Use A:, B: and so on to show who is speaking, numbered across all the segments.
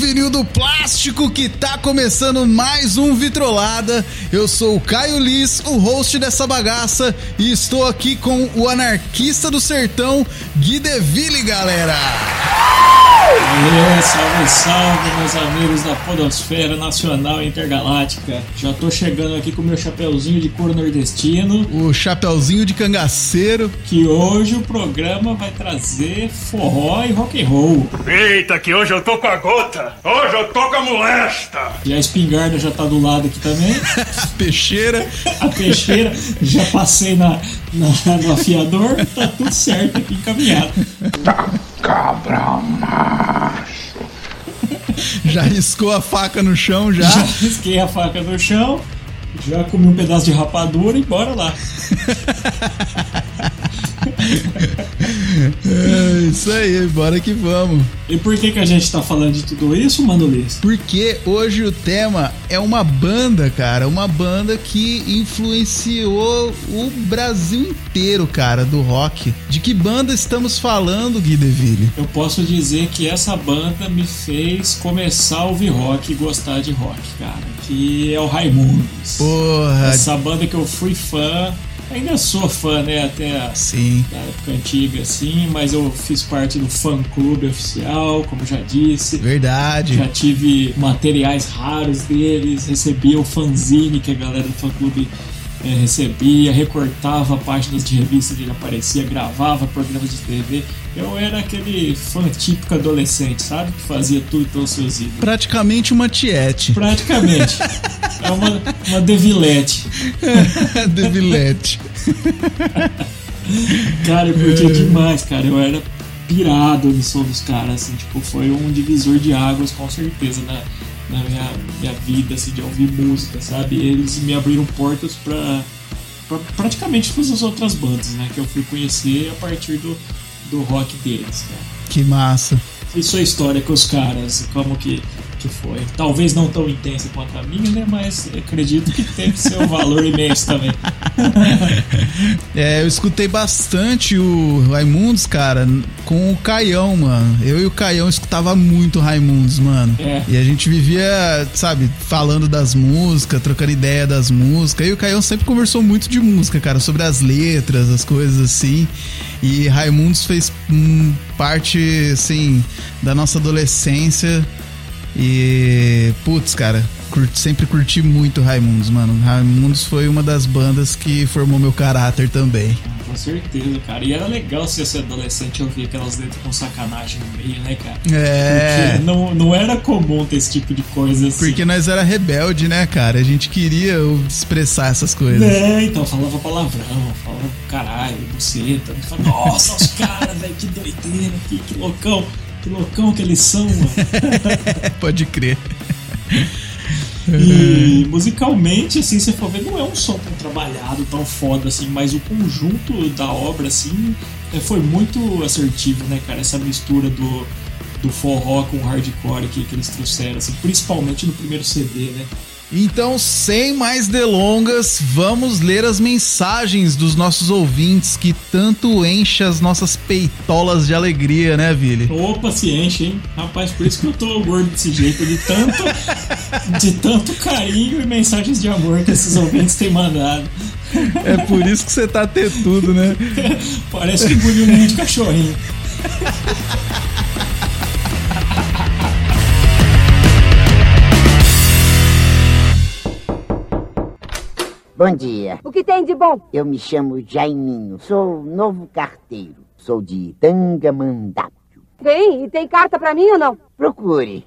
A: período plástico que tá começando mais um Vitrolada. Eu sou o Caio Liz, o host dessa bagaça, e estou aqui com o anarquista do sertão, Gui Deville, galera.
B: Valeu, salve, salve, meus amigos da Podosfera Nacional e Intergaláctica. Já tô chegando aqui com o meu chapeuzinho de couro nordestino,
A: O chapeuzinho de cangaceiro.
B: que hoje o programa vai trazer forró e rock and roll.
C: Eita, que hoje eu tô com a gota! Hoje eu tô com a molesta!
B: E a espingarda já tá do lado aqui também.
A: Peixeira.
B: A peixeira já passei na, na- no afiador, tá tudo certo aqui encaminhado.
A: Já riscou a faca no chão já.
B: Já risquei a faca no chão, já comi um pedaço de rapadura e bora lá.
A: É isso aí, bora que vamos.
B: E por que que a gente tá falando de tudo isso, Mano Liz?
A: Porque hoje o tema é uma banda, cara, uma banda que influenciou o Brasil inteiro, cara, do rock. De que banda estamos falando, Gui Deville?
B: Eu posso dizer que essa banda me fez começar a ouvir rock e gostar de rock, cara. Que é o Raimundos.
A: Porra,
B: Essa banda que eu fui fã, ainda sou fã, né? Até a
A: sim.
B: da época antiga, assim, mas eu fiz parte do fã clube oficial, como já disse. Já
A: Verdade.
B: tive materiais raros deles, recebia o fanzine que a galera do fã clube eh, recebia, recortava páginas de revista que ele aparecia, gravava programas de TV. Eu era aquele fã típico adolescente, sabe? Que fazia tudo pelos seus ídolos.
A: Praticamente uma tiete.
B: Praticamente. É uma, uma devilete.
A: Devilete.
B: Cara, eu curtia demais, cara. Eu era pirado no som dos caras, assim, tipo, foi um divisor de águas, com certeza, na, na minha, minha vida, assim, de ouvir música, sabe? Eles me abriram portas pra, pra praticamente todas as outras bandas, né? Que eu fui conhecer a partir do, do rock deles, cara.
A: Que massa.
B: E sua história com os caras, como que, que foi? Talvez não tão intensa quanto a minha, né? Mas acredito que teve seu valor imenso também.
A: É, eu escutei bastante o Raimundos, cara, com o Caião, mano. Eu e o Caião escutava muito o Raimundos, mano.
B: É.
A: E a gente vivia, sabe, falando das músicas, trocando ideia das músicas. E o Caião sempre conversou muito de música, cara, sobre as letras, as coisas assim. E Raimundos fez hum, parte, assim, da nossa adolescência. E, putz, cara, curti- sempre curti muito Raimundos, mano. Raimundos foi uma das bandas que formou meu caráter também.
B: Com certeza, cara. E era legal se você é adolescente e ouvir aquelas letras com sacanagem no meio, né, cara?
A: É.
B: Porque não, não era comum ter esse tipo de coisa assim.
A: Porque nós era rebelde, né, cara? A gente queria expressar essas coisas.
B: É, então falava palavrão, falava caralho, buceta. Falava, Nossa, os caras, velho, que doideira, que, que loucão, que loucão que eles são, mano.
A: Pode crer.
B: E musicalmente, assim, se você for ver, não é um som tão trabalhado, tão foda, assim, mas o conjunto da obra, assim, é, foi muito assertivo, né, cara? Essa mistura do, do forró com o hardcore que, que eles trouxeram, assim, principalmente no primeiro CD, né?
A: Então, sem mais delongas, vamos ler as mensagens dos nossos ouvintes que tanto enchem as nossas peitolas de alegria, né, Vili?
B: Opa, se enche, hein? Rapaz, por isso que eu tô gordo desse jeito, de tanto, de tanto carinho e mensagens de amor que esses ouvintes têm mandado.
A: É por isso que você tá ter tudo, né?
B: Parece que engoliu um ninho de cachorrinho.
D: Bom dia.
E: O que tem de bom?
D: Eu me chamo Jaiminho. Sou novo carteiro. Sou de Tangamandápio.
E: Tem? E tem carta pra mim ou não?
D: Procure.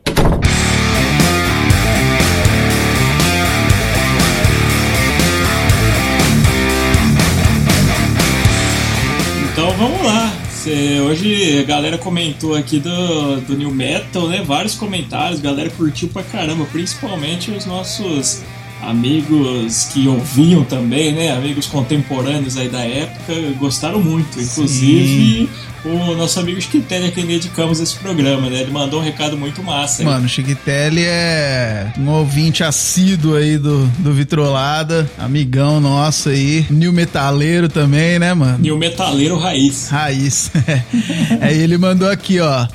B: Então vamos lá. Cê- hoje a galera comentou aqui do, do New Metal, né? Vários comentários, a galera curtiu pra caramba, principalmente os nossos amigos que ouviam também, né? Amigos contemporâneos aí da época, gostaram muito. Inclusive, o nosso amigo Chiquitelli, a quem dedicamos esse programa, né? Ele mandou um recado muito massa. aí.
A: Mano, o Chiquitelli é um ouvinte assíduo aí do, do Vitrolada, amigão nosso aí, new metaleiro também, né, mano?
B: E o metaleiro raiz.
A: Raiz. Aí ele mandou É, aqui, ó.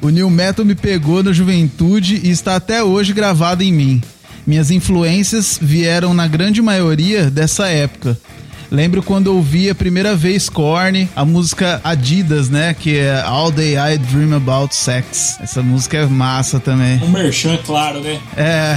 A: O New Metal me pegou na juventude e está até hoje gravado em mim. Minhas influências vieram na grande maioria dessa época. Lembro quando ouvi a primeira vez Korn, a música Adidas, né? Que é All Day I Dream About Sex. Essa música é massa também.
B: Um merchan, claro, né?
A: É.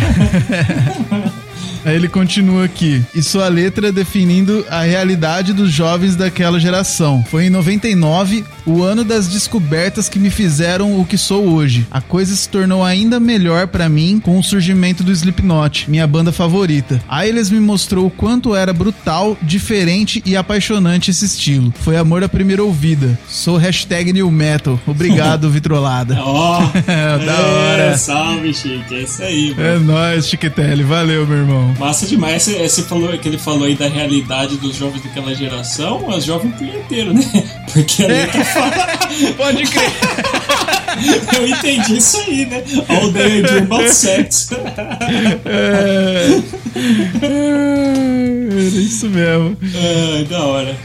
A: Aí ele continua aqui. E sua letra definindo a realidade dos jovens daquela geração. Foi em 99, o ano das descobertas que me fizeram o que sou hoje. A coisa se tornou ainda melhor pra mim com o surgimento do Slipknot, minha banda favorita. Aí eles me mostrou o quanto era brutal, diferente e apaixonante esse estilo. Foi amor à primeira ouvida. Sou hashtag New Metal. Obrigado, Vitrolada.
B: Ó,
A: É, da hora.
B: salve, Chique, é isso aí, mano.
A: É nóis, Chiquitelli. Valeu, meu irmão.
B: Massa demais, você, você falou que ele falou aí da realidade dos jovens daquela geração, mas jovem por inteiro, né? Porque a letra fala.
A: É. Pode crer.
B: Eu entendi isso aí, né? All day I dream about sex.
A: É, Era isso mesmo.
B: Ah, da hora.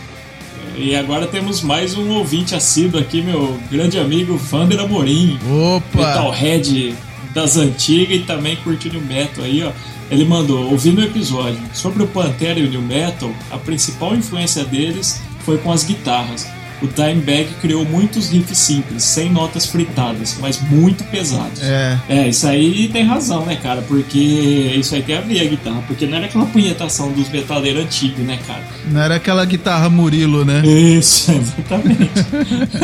B: E agora temos mais um ouvinte assíduo aqui, meu grande amigo Vander Amorim. Então,
A: Opa!
B: Metalhead das antigas e também curtindo o metal aí, ó. Ele mandou, ouvindo o episódio, sobre o Pantera e o New Metal, a principal influência deles foi com as guitarras. O Dimebag criou muitos riffs simples, sem notas fritadas, mas muito pesados.
A: É.
B: É, isso aí tem razão, né, cara? Porque isso aí tem a ver a guitarra, porque não era aquela punhetação dos metaleiros antigos, né, cara?
A: Não era aquela guitarra Murilo, né?
B: Isso, exatamente.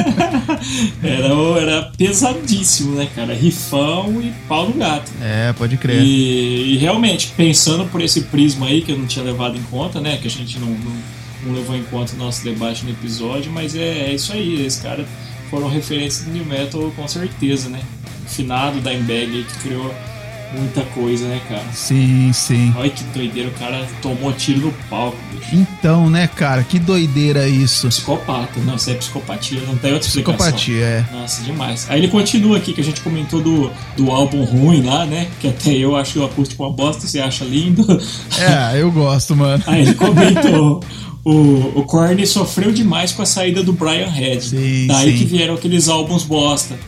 B: era, o- era pesadíssimo, né, cara? Rifão e pau no gato.
A: É, pode crer.
B: E, e realmente, pensando por esse prisma aí que eu não tinha levado em conta, né? Que a gente não, não- não levou em conta o nosso debate no episódio, mas é, é isso aí. Esses caras foram referência do New Metal com certeza, né? O finado da Embag aí que criou muita coisa, né, cara?
A: Sim, sim.
B: Olha que doideira, o cara tomou tiro no palco, bicho.
A: Então, né, cara, que doideira isso.
B: Psicopata, não, isso é psicopatia, não tem outra explicação.
A: Psicopatia, é.
B: Nossa, demais. Aí ele continua aqui, que a gente comentou do, do álbum ruim lá, né? Que até eu acho o acústico uma bosta, você acha lindo.
A: É, eu gosto, mano.
B: Aí ele comentou. O, o Korn sofreu demais com a saída do Brian Head.
A: Sim,
B: Daí
A: sim.
B: que vieram aqueles álbuns bosta.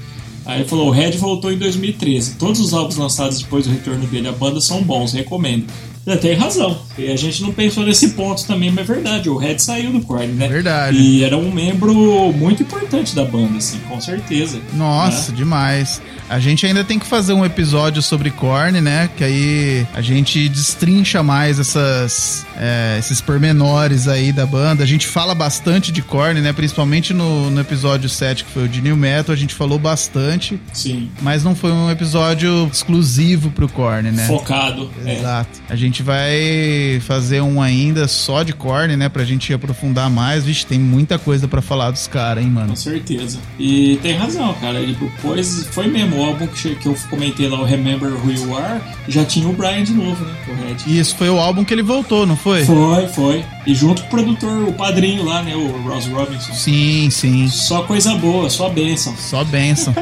B: Aí ele falou, o Head voltou em 2013. Todos os álbuns lançados depois do retorno dele à banda são bons, recomendo. Ele tem razão. E a gente não pensou nesse ponto também, mas é verdade. O Head saiu do Korn, né?
A: Verdade.
B: E era um membro muito importante da banda, assim, com certeza.
A: Nossa,
B: Né?
A: demais. A gente ainda tem que fazer um episódio sobre Korn, né? Que aí a gente destrincha mais essas, é, esses pormenores aí da banda. A gente fala bastante de Korn, né? Principalmente no, no episódio 7, que foi o de New Metal, a gente falou bastante.
B: Né? Sim.
A: Mas não foi um episódio exclusivo pro Korn, né?
B: Focado. é.
A: Exato. A gente vai fazer um ainda só de Korn, né? Pra gente aprofundar mais. Vixe, tem muita coisa pra falar dos caras, hein, mano?
B: Com certeza. E tem razão, cara. Ele depois foi mesmo o álbum que, che- que eu comentei lá, o Remember Who You Are, já tinha o Brian de novo, né? O Red.
A: E isso foi o álbum que ele voltou, não foi?
B: Foi, foi. E junto com o produtor, o padrinho lá, né? O Ross Robinson.
A: Sim, sim.
B: Só coisa boa, só bênção.
A: Só benção.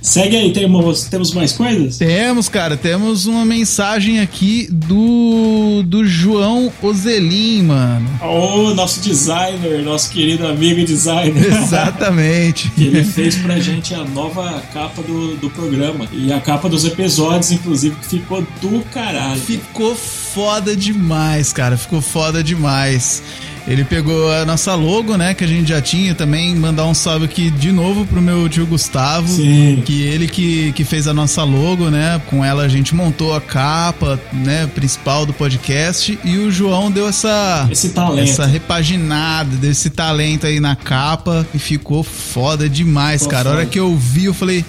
B: Segue aí, temos, temos mais coisas?
A: temos, cara, temos uma mensagem aqui do, do João Ozelim, mano.
B: O nosso designer, nosso querido amigo designer.
A: Exatamente.
B: que ele fez pra gente a nova capa do, do programa. E a capa dos episódios, inclusive, que ficou do caralho.
A: Ficou foda demais, cara. Ficou foda demais. Ele pegou a nossa logo, né? Que a gente já tinha também. Mandar um salve aqui de novo pro meu tio Gustavo.
B: Sim.
A: Que ele que, que fez a nossa logo, né? Com ela a gente montou a capa, né? Principal do podcast. E o João deu essa.
B: Esse talento.
A: Essa repaginada desse talento aí na capa e ficou foda demais,
B: Ficou
A: cara. A hora
B: foda.
A: que eu vi, eu falei: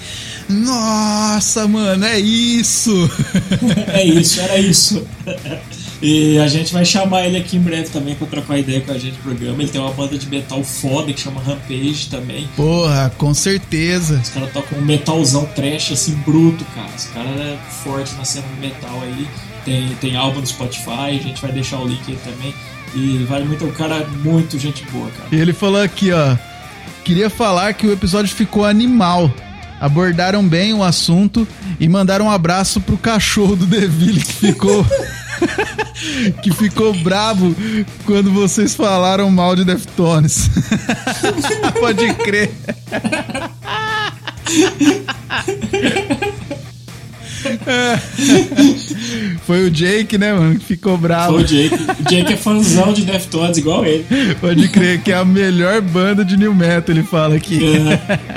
A: Nossa, mano, é isso!
B: É isso, era isso. E a gente vai chamar ele aqui em breve também pra trocar ideia com a gente no programa. Ele tem uma banda de metal foda que chama Rampage também.
A: Porra, com certeza.
B: Os caras tocam um metalzão trash assim, bruto, cara. Os caras é forte na cena do metal aí. Tem, tem álbum no Spotify, a gente vai deixar o link aí também. E vale muito, é um cara muito gente boa, cara.
A: E ele falou aqui, ó. Queria falar que o episódio ficou animal. Abordaram bem o assunto e mandaram um abraço pro cachorro do Deville que ficou. que ficou brabo quando vocês falaram mal de Deftones. Pode crer. Foi o Jake, né, mano, que ficou bravo.
B: Foi o Jake. O Jake é fãzão de Deftones, igual ele.
A: Pode crer que é a melhor banda de New Metal, ele fala aqui.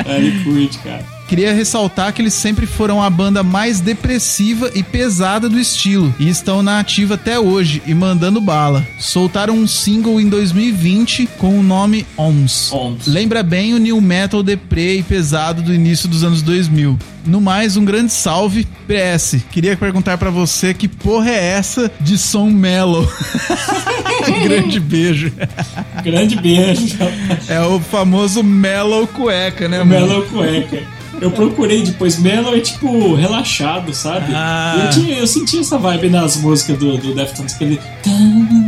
B: É, ele curte, cara.
A: Queria ressaltar que eles sempre foram a banda mais depressiva e pesada do estilo e estão na ativa até hoje e mandando bala. Soltaram um single em 2020 com o nome OMS.
B: OMS.
A: Lembra bem o new metal deprê e pesado do início dos anos 2000. No mais, um grande salve. PS, queria perguntar pra você que porra é essa de som mellow? grande beijo.
B: Grande beijo.
A: É o famoso mellow cueca, né, mano?
B: Mellow cueca. Eu procurei depois, Mellow é tipo relaxado, sabe?
A: Ah.
B: Eu, tinha, eu senti essa vibe nas músicas do, do Deftones, que ele.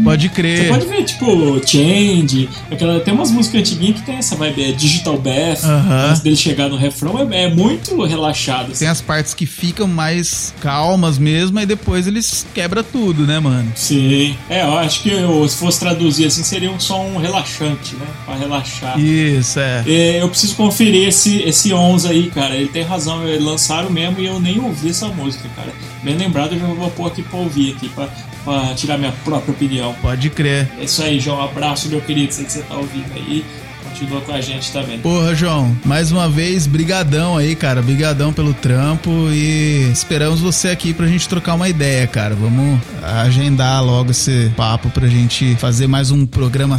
A: Pode crer.
B: Você pode ver, tipo, Change, aquela, tem umas músicas antiguinhas que tem essa vibe, é Digital Bath,
A: Aham.
B: antes dele chegar no refrão, é, é muito relaxado. assim.
A: Tem as partes que ficam mais calmas mesmo, e depois eles quebram tudo, né, mano?
B: Sim. É, eu acho que eu- se fosse traduzir assim, seria um som relaxante, né? Pra relaxar.
A: Isso, é.
B: É, eu preciso conferir esse, esse 11 aí, cara. Ele tem razão, eles lançaram mesmo e eu nem ouvi essa música, cara. Bem lembrado, eu já vou pôr aqui pra ouvir aqui, pra, pra tirar minha própria opinião.
A: Pode crer.
B: É isso aí, João. Abraço, meu querido. Sei que você tá ouvindo aí. Continua com a gente também.
A: Porra, João, mais uma vez, brigadão aí, cara. Brigadão pelo trampo e esperamos você aqui pra gente trocar uma ideia, cara. Vamos agendar logo esse papo pra gente fazer mais um programa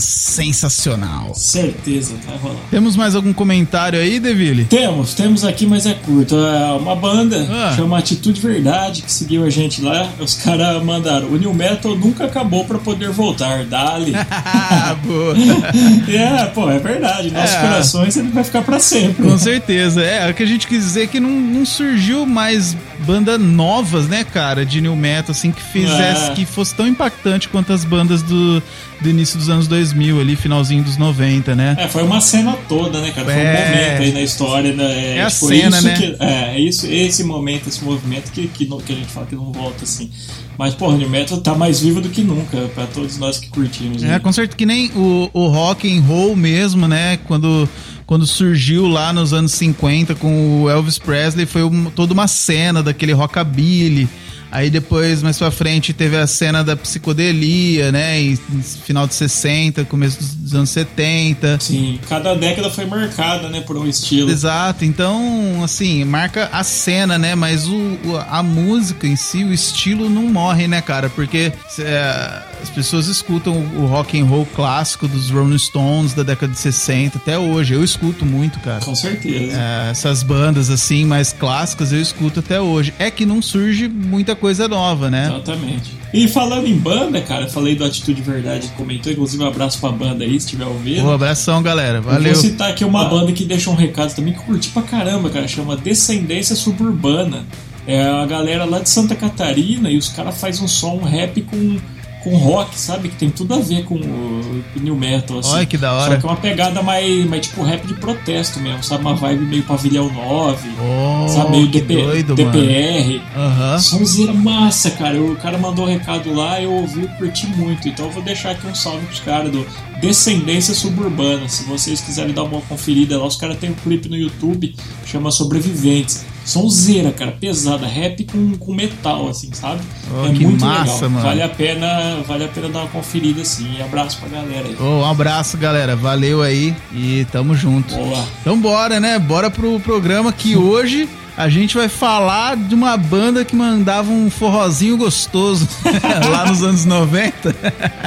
A: sensacional.
B: Certeza, vai rolar.
A: Temos mais algum comentário aí, Deville?
B: Temos, temos aqui, mas é curto. É uma banda
A: Ah.
B: chama Atitude Verdade, que seguiu a gente lá. Os caras mandaram: o New Metal nunca acabou pra poder voltar, dali.
A: Ah, boa.
B: é, pô, é verdade. Nossos
A: É.
B: corações ele vai ficar pra sempre.
A: Com certeza. É, o que a gente quis dizer é que não, não surgiu mais banda novas, né, cara, de new metal, assim, que fizesse,
B: É.
A: que fosse tão impactante quanto as bandas do, do início dos anos 2000, ali, finalzinho dos 90, né?
B: É, foi uma cena toda, né, cara? Foi
A: É.
B: um momento aí na história, né?
A: É a
B: tipo,
A: cena,
B: isso
A: né?
B: que- é, é isso, esse momento, esse movimento que, que, não- que a gente fala que não volta assim. Mas, pô, o New Metal tá mais vivo do que nunca, pra todos nós que curtimos.
A: É,
B: né?
A: com certeza que nem o, o rock and roll mesmo, né, quando... Quando surgiu lá nos anos 50 com o Elvis Presley, foi um- toda uma cena daquele rockabilly. Aí depois, mais pra frente, teve a cena da psicodelia, né? E final de 60, começo dos- dos anos 70.
B: Sim, cada década foi marcada, né, por um estilo.
A: Exato, então, assim, marca a cena, né? Mas o, o- a música em si, o estilo não morre, né, cara? Porque é, as pessoas escutam o, o rock and roll clássico dos Rolling Stones da década de 60 até hoje. Eu escuto muito, cara.
B: Com certeza.
A: É, essas bandas, assim, mais clássicas, eu escuto até hoje. É que não surge muita coisa nova,
B: Tá
A: né?
B: Exatamente. E falando em banda, cara, falei do Atitude Verdade, comentou, inclusive um abraço pra banda aí, se tiver ouvindo.
A: Um abração, galera.
B: Eu
A: Valeu.
B: Vou citar aqui uma banda que deixou um recado também que eu curti pra caramba, cara. Chama Descendência Suburbana. É a galera lá de Santa Catarina e os caras fazem um som, um rap com, com rock, sabe? Que tem tudo a ver com o com o new metal, assim.
A: Olha que da
B: Só
A: hora.
B: que é uma pegada mais, mais tipo rap de protesto mesmo, sabe? Uma vibe meio Pavilhão 9,
A: Oh,
B: sabe? Meio
A: que
B: DP,
A: doido, mano.
B: DPR.
A: Aham.
B: Sonzeira massa, cara. O cara mandou um recado lá, eu ouvi e curti muito. Então eu vou deixar aqui um salve pros caras do Descendência Suburbana. Se vocês quiserem dar uma conferida lá, os caras têm um clipe no YouTube, chama Sobreviventes. Sonzeira, cara, pesada, rap com, com metal, assim, sabe?
A: Oh,
B: é
A: que
B: muito
A: massa,
B: legal.
A: mano.
B: Vale a pena, vale a pena dar uma conferida, assim. E abraço pra galera aí.
A: Ô, um abraço, galera. Valeu aí e tamo junto.
B: Boa.
A: Então bora, né? Bora pro programa que hoje a gente vai falar de uma banda que mandava um forrozinho gostoso lá nos anos 90.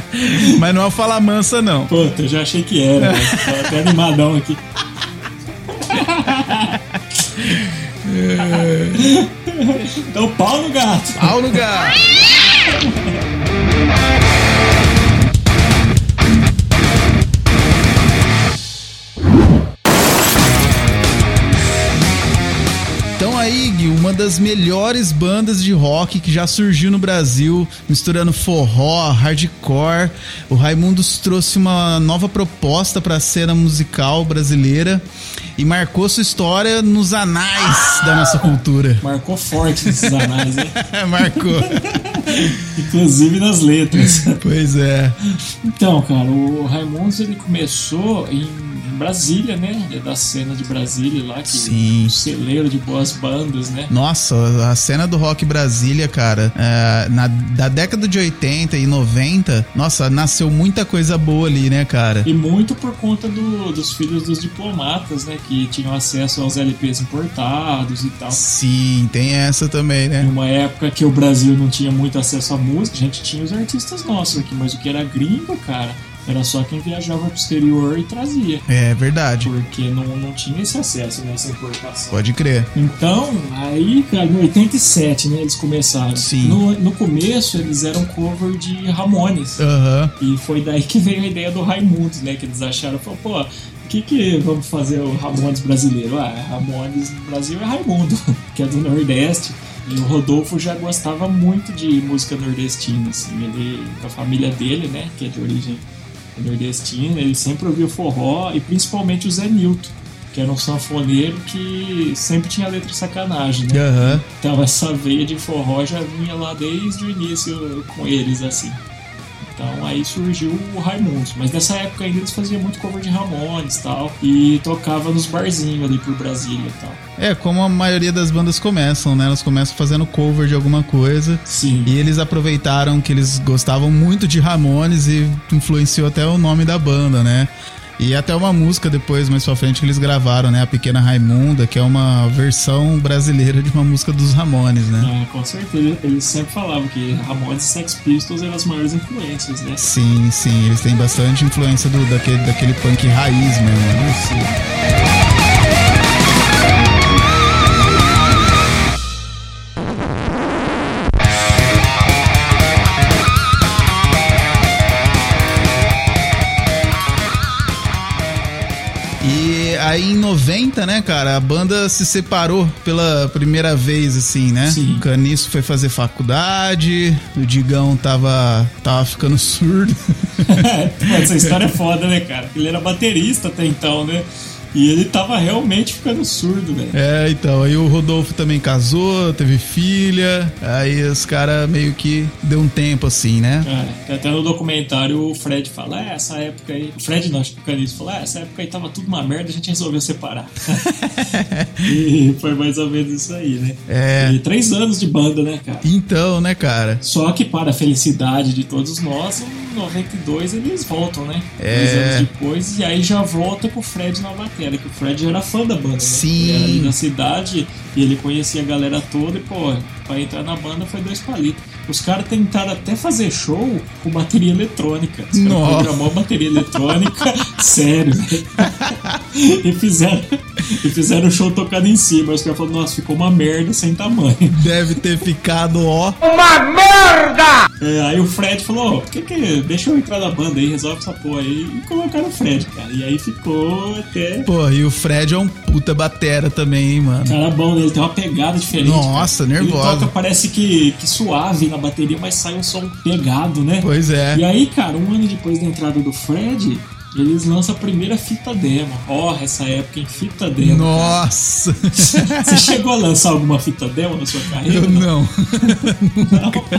A: Mas não é o Fala Mansa, não.
B: Puta, eu já achei que era, mas tô até animadão aqui. Dá É o pau no gato.
A: Ao lugar! Então aí, Gui, uma das melhores bandas de rock que já surgiu no Brasil, misturando forró, hardcore. O Raimundos trouxe uma nova proposta para a cena musical brasileira e marcou sua história nos anais da nossa cultura.
B: Marcou forte nesses anais, hein?
A: Marcou.
B: Inclusive nas letras.
A: Pois é.
B: Então, cara, o Raimundos ele começou em Brasília, né? É da cena de Brasília lá, que
A: Sim.
B: um celeiro de boas bandas, né?
A: Nossa, a cena do rock Brasília, cara, é, na, da década de 80 e 90, nossa, nasceu muita coisa boa ali, né, cara?
B: E muito por conta do- dos filhos dos diplomatas, né? Que tinham acesso aos LPs importados e tal.
A: Sim, tem essa também,
B: Em
A: né?
B: uma época que o Brasil não tinha muito acesso à música, a gente tinha os artistas nossos aqui, mas o que era gringo, cara, era só quem viajava pro exterior e trazia.
A: É verdade,
B: Porque não, não tinha esse acesso nessa importação.
A: pode crer.
B: Então, aí, cara, em 87, né, eles começaram.
A: Sim.
B: No, no começo, eles eram cover de Ramones.
A: Aham,
B: E foi daí que veio a ideia do Raimundos, né? Que eles acharam, falaram, pô, o que que vamos fazer o Ramones brasileiro? Ah, Ramones no Brasil é Raimundo, que é do Nordeste. E o Rodolfo já gostava muito de música nordestina, assim. Ele, a família dele, né, que é de origem nordestina, ele sempre ouvia forró e principalmente o Zé Nilton, que era um sanfoneiro que sempre tinha letra sacanagem, né?
A: aham.
B: Então essa veia de forró já vinha lá desde o início com eles, assim. Então aí surgiu o Raimundos. Mas nessa época ainda eles faziam muito cover de Ramones e tal. E tocava nos barzinhos ali por Brasília e tal.
A: É, como a maioria das bandas começam, né? Elas começam fazendo cover de alguma coisa.
B: Sim.
A: E eles aproveitaram que eles gostavam muito de Ramones e influenciou até o nome da banda, né? E até uma música depois, mais pra frente, que eles gravaram, né? A Pequena Raimunda, que é uma versão brasileira de uma música dos Ramones, né?
B: Ah, com certeza, eles sempre falavam que Ramones e Sex Pistols eram as maiores influências, né?
A: Sim, sim, eles têm bastante influência do, daquele, daquele punk raiz mesmo. né? E aí em 90, né, cara, a banda se separou pela primeira vez, assim, né?
B: Sim.
A: O Caniço foi fazer faculdade, o Digão tava, tava ficando surdo.
B: Essa história é foda, né, cara? Ele era baterista até então, né? E ele tava realmente ficando surdo, né? velho.
A: É, então, aí o Rodolfo também casou, teve filha, aí os caras meio que deu um tempo assim, né?
B: É, que até no documentário o Fred fala, é, essa época aí. O Fred não, acho que o Canisso fala, é, essa época aí tava tudo uma merda, a gente resolveu separar. e foi mais ou menos isso aí, né?
A: É.
B: E três anos de banda, né, cara?
A: Então, né, cara?
B: Só que para a felicidade de todos nós, em 92 eles voltam, né?
A: É.
B: Três anos depois, e aí já volta com o Fred na bateria, que o Fred já era fã da banda, né?
A: Sim.
B: Ele era ali na cidade e ele conhecia a galera toda e, pô, pra entrar na banda foi dois palitos. Os caras tentaram até fazer show com bateria eletrônica. Os caras
A: Nossa.
B: programou a bateria eletrônica, sério, velho. e fizeram. E fizeram o show tocado em cima. Aí Os caras falaram, nossa, ficou uma merda sem tamanho.
A: Deve ter ficado, ó.
B: É, aí o Fred falou, "Ô, por que que... Deixa eu entrar na banda aí, resolve essa porra aí. E colocaram o Fred, cara. E aí ficou até...
A: Pô, e o Fred é um puta batera também, hein, mano.
B: Cara bom, né? ele tem uma pegada diferente.
A: Nossa,
B: cara.
A: nervosa.
B: Ele toca, parece que, que suave na bateria, mas sai um som pegado, né?
A: Pois é.
B: E aí, cara, um ano depois da entrada do Fred, eles lançam a primeira fita demo. Ó, essa época em fita demo.
A: Nossa!
B: Você chegou a lançar alguma fita demo na sua carreira?
A: Eu não.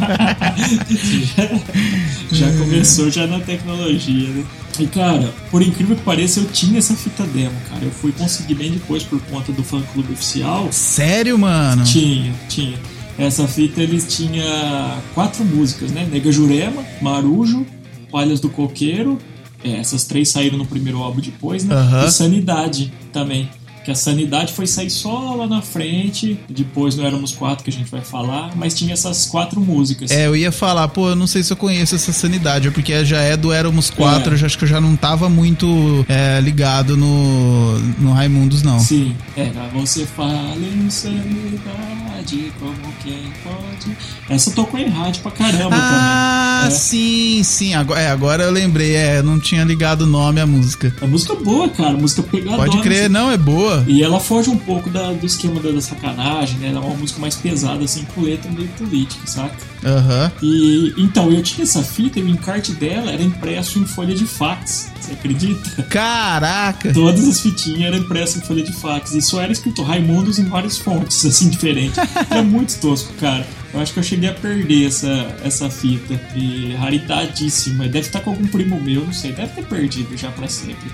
B: já começou já na tecnologia, né? E cara, por incrível que pareça, eu tinha essa fita demo, cara. Eu fui conseguir bem depois por conta do fã clube oficial.
A: Sério, mano?
B: Tinha, tinha. Essa fita eles tinha quatro músicas, né? Nega Jurema, Marujo, Palhas do Coqueiro. É, essas três saíram no primeiro álbum depois, né?
A: Aham.
B: E Sanidade também. Que a Sanidade foi sair só lá na frente. Depois não éramos quatro que a gente vai falar. Mas tinha essas quatro músicas.
A: É, eu ia falar, pô, eu não sei se eu conheço essa sanidade, porque já é do Éramos 4,
B: É.
A: eu já acho que eu já não tava muito é, ligado no, no Raimundos, não.
B: Sim, é, pra você fala insanidade como quem pode. Essa tocou em rádio pra caramba
A: Ah,
B: também. É.
A: sim, sim. Agora, é, agora eu lembrei, é, eu não tinha ligado o nome à música.
B: É música boa, cara, música pegadora.
A: Pode crer,
B: assim.
A: não, é boa.
B: E ela foge um pouco da- do esquema da, da sacanagem, né? Ela é uma música mais pesada, assim, com letra meio política, saca?
A: Aham.
B: E então, eu tinha essa fita e o encarte dela era impresso em folha de fax. Você acredita?
A: Caraca!
B: Todas as fitinhas eram impressas em folha de fax. E só era escrito Raimundos em várias fontes, assim, diferentes. Era muito tosco, cara. Eu acho que eu cheguei a perder essa, essa fita. tá E raridadíssima. Deve estar com algum primo meu, não sei. Deve ter perdido já pra sempre.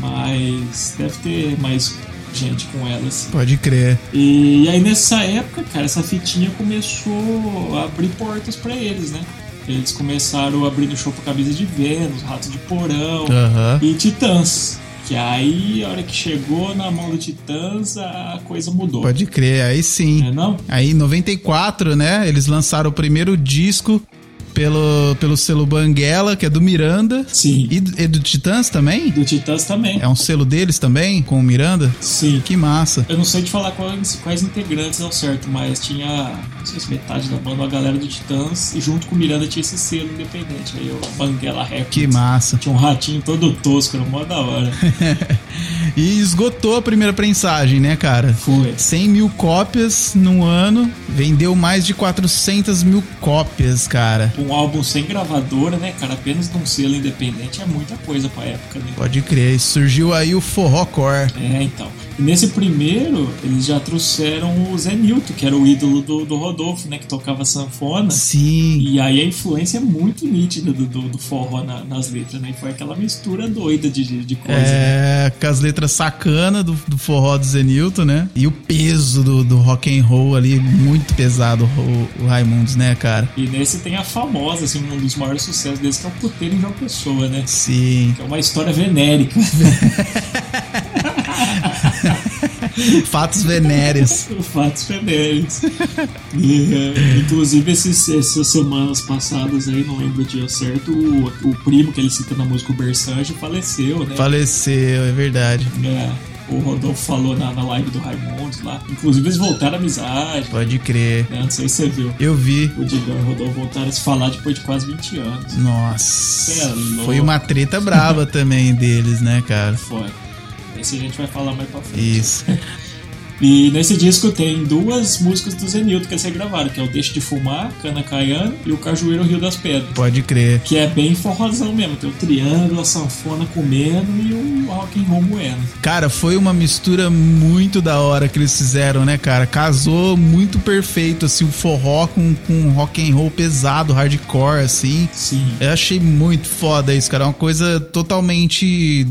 B: mas deve ter mais gente com elas.
A: Pode crer.
B: E aí nessa época, cara, essa fitinha começou a abrir portas pra eles, né? Eles começaram abrindo show pra Camisa de Vênus, Rato de Porão
A: Aham.
B: e Titãs. Que aí, a hora que chegou na mão do Titãs, a coisa mudou.
A: Pode crer, aí sim.
B: Né, não?
A: Aí em 94, né, eles lançaram o primeiro disco pelo, pelo selo Banguela, que é do Miranda.
B: Sim.
A: E, do- e do Titãs também?
B: Do Titãs também.
A: É um selo deles também, com o Miranda?
B: Sim.
A: Que massa.
B: Eu não sei te falar quais, quais integrantes ao certo, mas tinha, não sei se metade da banda, a galera do Titãs, e junto com o Miranda tinha esse selo independente, aí o Banguela Records.
A: Que massa.
B: Tinha um ratinho todo tosco, era mó da hora.
A: E esgotou a primeira prensagem, né, cara?
B: Foi.
A: 100 mil cópias num ano, vendeu mais de 400 mil cópias, cara.
B: Um álbum sem gravadora, né, cara? Apenas num selo independente é muita coisa pra época, né?
A: Pode crer, surgiu aí o forrócore.
B: É, então. E nesse primeiro, eles já trouxeram o Zé Nilton, que era o ídolo do, do Rodolfo, né? Que tocava sanfona.
A: Sim,
B: E aí a influência é muito nítida do, do, do forró na- nas letras, né? E foi aquela mistura doida de- de, de coisa. né?
A: é, com as letras sacanas do, do forró do Zenilton, né? E o peso do, do rock and roll ali, muito pesado o, o Raimundos, né, cara?
B: E nesse tem a famosa, assim, um dos maiores sucessos deles, que é o puteiro em João Pessoa, né?
A: Sim.
B: Que é uma história venérica.
A: Fatos venéreos.
B: Fatos venéricos. E, é, inclusive, esses, essas semanas passadas aí, não lembro o dia certo, o, o primo que ele cita na música, o Bersange, faleceu, né?
A: Faleceu, é verdade.
B: É, o Rodolfo falou na, na live do Raimundo lá. Inclusive, eles voltaram à amizade,
A: Pode crer.
B: né? Não sei se você viu.
A: Eu vi.
B: O Digão e o Rodolfo voltaram a se falar depois de quase 20 anos. Cê é
A: Nossa.
B: louco.
A: Foi uma treta brava também deles, né, cara?
B: Foi. Esse a gente vai falar mais pra frente.
A: Isso.
B: E nesse disco tem duas músicas do Zenilton que ser gravaram, que é o Deixa de Fumar, Cana Caiana e o Cajueiro Rio das Pedras.
A: Pode crer.
B: Que é bem forrozão mesmo, tem o triângulo, a sanfona comendo e o rock and roll moendo.
A: Cara, foi uma mistura muito da hora que eles fizeram, né, cara? Casou muito perfeito, assim, o forró com, com rock and roll pesado, hardcore, assim.
B: Sim.
A: Eu achei muito foda isso, cara. É Uma coisa totalmente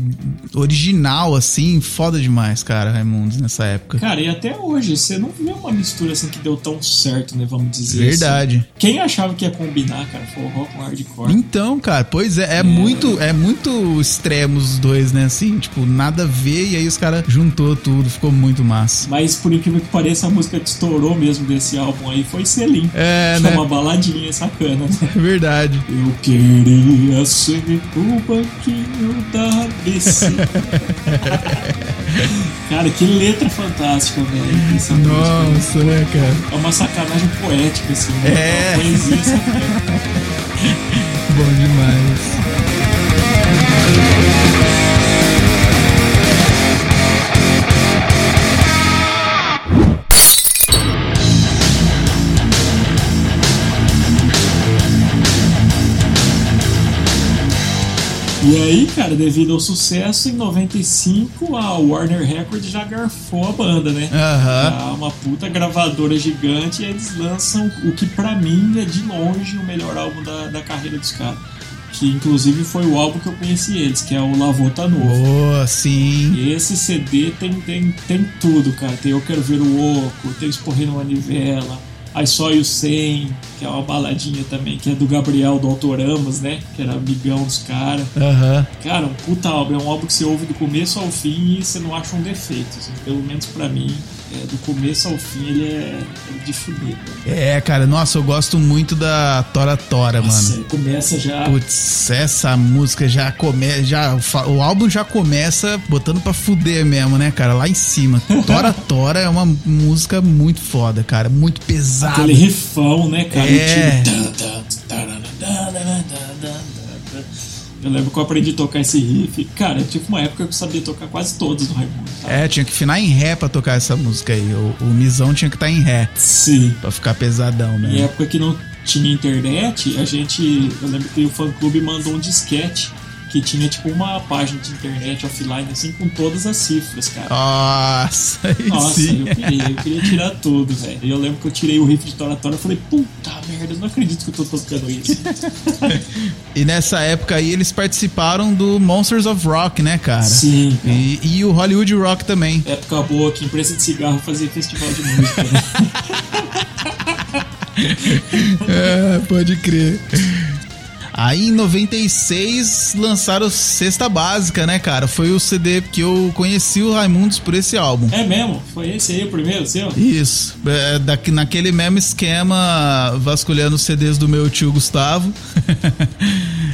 A: original, assim. Foda demais, cara, Raimundos, nessa época.
B: Cara, e até hoje, você não vê uma mistura assim que deu tão certo, né? Vamos dizer assim.
A: Verdade.
B: Quem achava que ia combinar, cara, forró com hardcore?
A: Então, cara, pois é, é muito, é muito extremo os dois, né? Assim, tipo, nada a ver e aí os caras juntou tudo, ficou muito massa.
B: Mas por incrível que pareça, a música que estourou mesmo desse álbum aí foi Selim.
A: É,
B: que é
A: né?
B: uma baladinha sacana, né?
A: Verdade.
B: Eu queria ser o banquinho da ABC. cara, que letra fantástica, velho. Essa música.
A: Nossa, né, cara?
B: É uma sacanagem poética, assim. né?
A: É.
B: Uma poesia sacana.
A: Bom demais.
B: E aí, cara, devido ao sucesso, em 95 a Warner Records já garfou a banda, né?
A: Aham.
B: Ah, uma puta gravadora gigante e eles lançam o que pra mim é de longe o melhor álbum da, da carreira dos caras. Que inclusive foi o álbum que eu conheci eles, que é o Lavota Novo.
A: Boa, sim.
B: E esse CD tem, tem, tem tudo, cara. Tem Eu Quero Ver o Oco, tem Esporrendo Manivela, I Saw You Sem, que é uma baladinha também, que é do Gabriel do Autoramas, né? Que era amigão dos caras.
A: Aham.
B: Cara, um puta álbum, é um álbum que você ouve do começo ao fim e você não acha um defeito. assim. pelo menos pra mim, é, do começo ao fim ele é, é de fuder. cara.
A: É, cara, nossa, eu gosto muito da Tora Tora,
B: Nossa,
A: mano.
B: ele começa já.
A: Putz, essa música já começa. Já, o fa- o álbum já começa botando pra fuder mesmo, né, cara? Lá em cima. Tora Tora é uma música muito foda, cara. Muito pesada.
B: Aquele rifão, né,
A: É.
B: cara? E tiro, tan, tan, tan, tan, tan, tan, tan, tan, tan. Eu lembro que eu aprendi a tocar esse riff. Cara, tive uma época que eu sabia tocar quase todos no Raimundo. tá?
A: É, tinha que finar em ré pra tocar essa música aí. O, o misão tinha que estar em ré
B: Sim.
A: pra ficar pesadão,
B: Em
A: né?
B: época que não tinha internet, a gente. Eu lembro que o fã clube mandou um disquete que tinha tipo uma página de internet offline assim com todas as cifras, cara.
A: Nossa, Ah, aí
B: Nossa,
A: sim.
B: eu queria, eu queria tirar tudo, velho. E eu lembro que eu tirei o riff de Tora Tora e falei, puta merda, eu não acredito que eu tô tocando isso.
A: E nessa época aí eles participaram do Monsters of Rock, né, cara?
B: Sim, cara.
A: E, e o Hollywood Rock também.
B: Época boa que empresa de cigarro fazia festival de música. né?
A: É, pode crer. Aí em 96 lançaram Cesta Básica, né, cara? Foi o CD que eu conheci o Raimundos por esse álbum.
B: É mesmo? Foi esse aí o primeiro seu?
A: Isso, é, daqui, naquele mesmo esquema, vasculhando os CDs do meu tio Gustavo.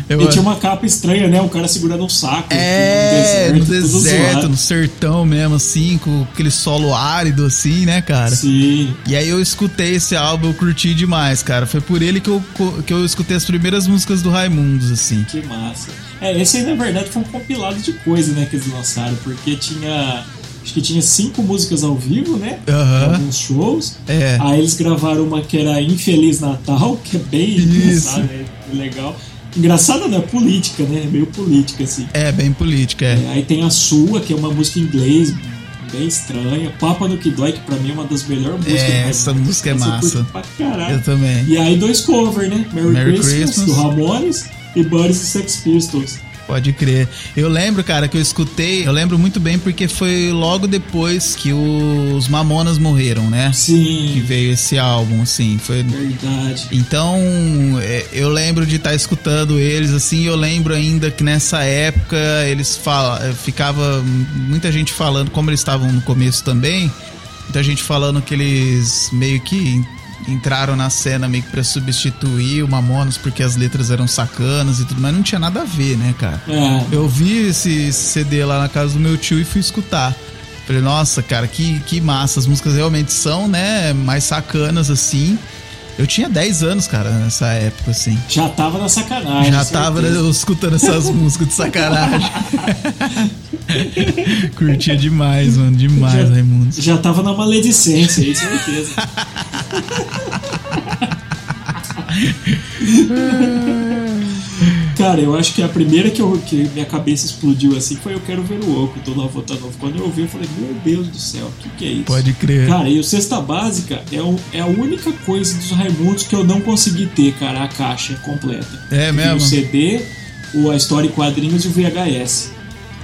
A: Eu
B: E tinha uma capa estranha, né? O cara segurando um saco.
A: É,
B: né? tudo
A: no
B: tudo
A: deserto,
B: zoado.
A: no sertão mesmo, assim, com aquele solo árido, assim, né, cara?
B: Sim.
A: E aí eu escutei esse álbum, eu curti demais, cara. Foi por ele que eu, co- que eu escutei as primeiras músicas do Raimundos, assim.
B: Que massa. É, esse aí na verdade foi um compilado de coisa, né, que eles lançaram, porque tinha. Acho que tinha cinco músicas ao vivo, né?
A: Aham.
B: em Alguns shows.
A: É.
B: Aí eles gravaram uma que era Infeliz Natal, que é bem
A: Isso.
B: engraçada, é legal. Engraçada não é política, né? É meio política, assim.
A: É, bem política, é.
B: É, aí tem a sua, que é uma música em inglês, bem estranha. Papa no que dói, que pra mim é uma das melhores músicas.
A: É,
B: do
A: essa
B: Raimundos.
A: música é
B: Essa eu curto
A: massa.
B: Pra caralho.
A: Eu também.
B: E aí dois covers, né? Merry,
A: Merry
B: Christmas,
A: Christmas.
B: do Ramones e Buddies e Sex Pistols.
A: Pode crer. Eu lembro, cara, que eu escutei, eu lembro muito bem porque foi logo depois que os Mamonas morreram, né? Que
B: Sim,
A: veio esse álbum, assim. Foi
B: verdade.
A: Então, é, eu lembro de estar escutando eles, assim, eu lembro ainda que nessa época eles fala, é, ficava muita gente falando, como eles estavam no começo também, muita gente falando que eles meio que en- entraram na cena meio que pra substituir o Mamonos porque as letras eram sacanas e tudo, mas não tinha nada a ver, né, cara?
B: É,
A: Eu vi esse CD lá na casa do meu tio e fui escutar. Falei, nossa, cara, que, que massa. As músicas realmente são, né, mais sacanas, assim. Eu tinha 10 anos, cara, nessa época, assim.
B: já tava na sacanagem.
A: Já
B: certeza.
A: tava né, eu escutando essas músicas de sacanagem. Curtia demais, mano. Demais,
B: Já-
A: Raimundo.
B: Já tava na maledicência, aí, certeza. Cara, eu acho que a primeira que, eu, que minha cabeça explodiu assim foi Eu Quero Ver o Oco, do Nova Tá Novo. Quando eu ouvi, eu falei, meu Deus do céu, o que, que é isso?
A: Pode crer.
B: Cara, e o Cesta Básica é, o- é a única coisa dos Raimundos que eu não consegui ter, cara, a caixa completa.
A: É
B: Eu
A: mesmo?
B: tenho O CD, o, a história em quadrinhos e o VHS.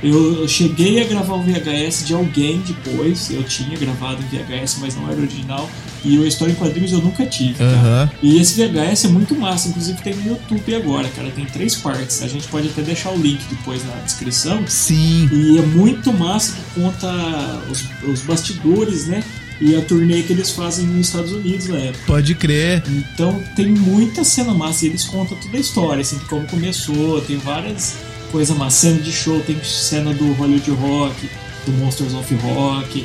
B: Eu eu cheguei a gravar o VHS de alguém depois, eu tinha gravado em VHS, mas não era original, e o História em Quadrinhos eu nunca tive, cara.
A: Aham.
B: E esse VHS é muito massa, inclusive tem no YouTube agora, cara, tem três partes, a gente pode até deixar o link depois na descrição,
A: Sim.
B: e é muito massa que conta os, os bastidores, né? E a turnê que eles fazem nos Estados Unidos na época.
A: Pode crer.
B: Então tem muita cena massa e eles contam toda a história, assim, de como começou, tem várias coisas massas, cena de show, tem cena do Hollywood Rock, do Monsters of Rock.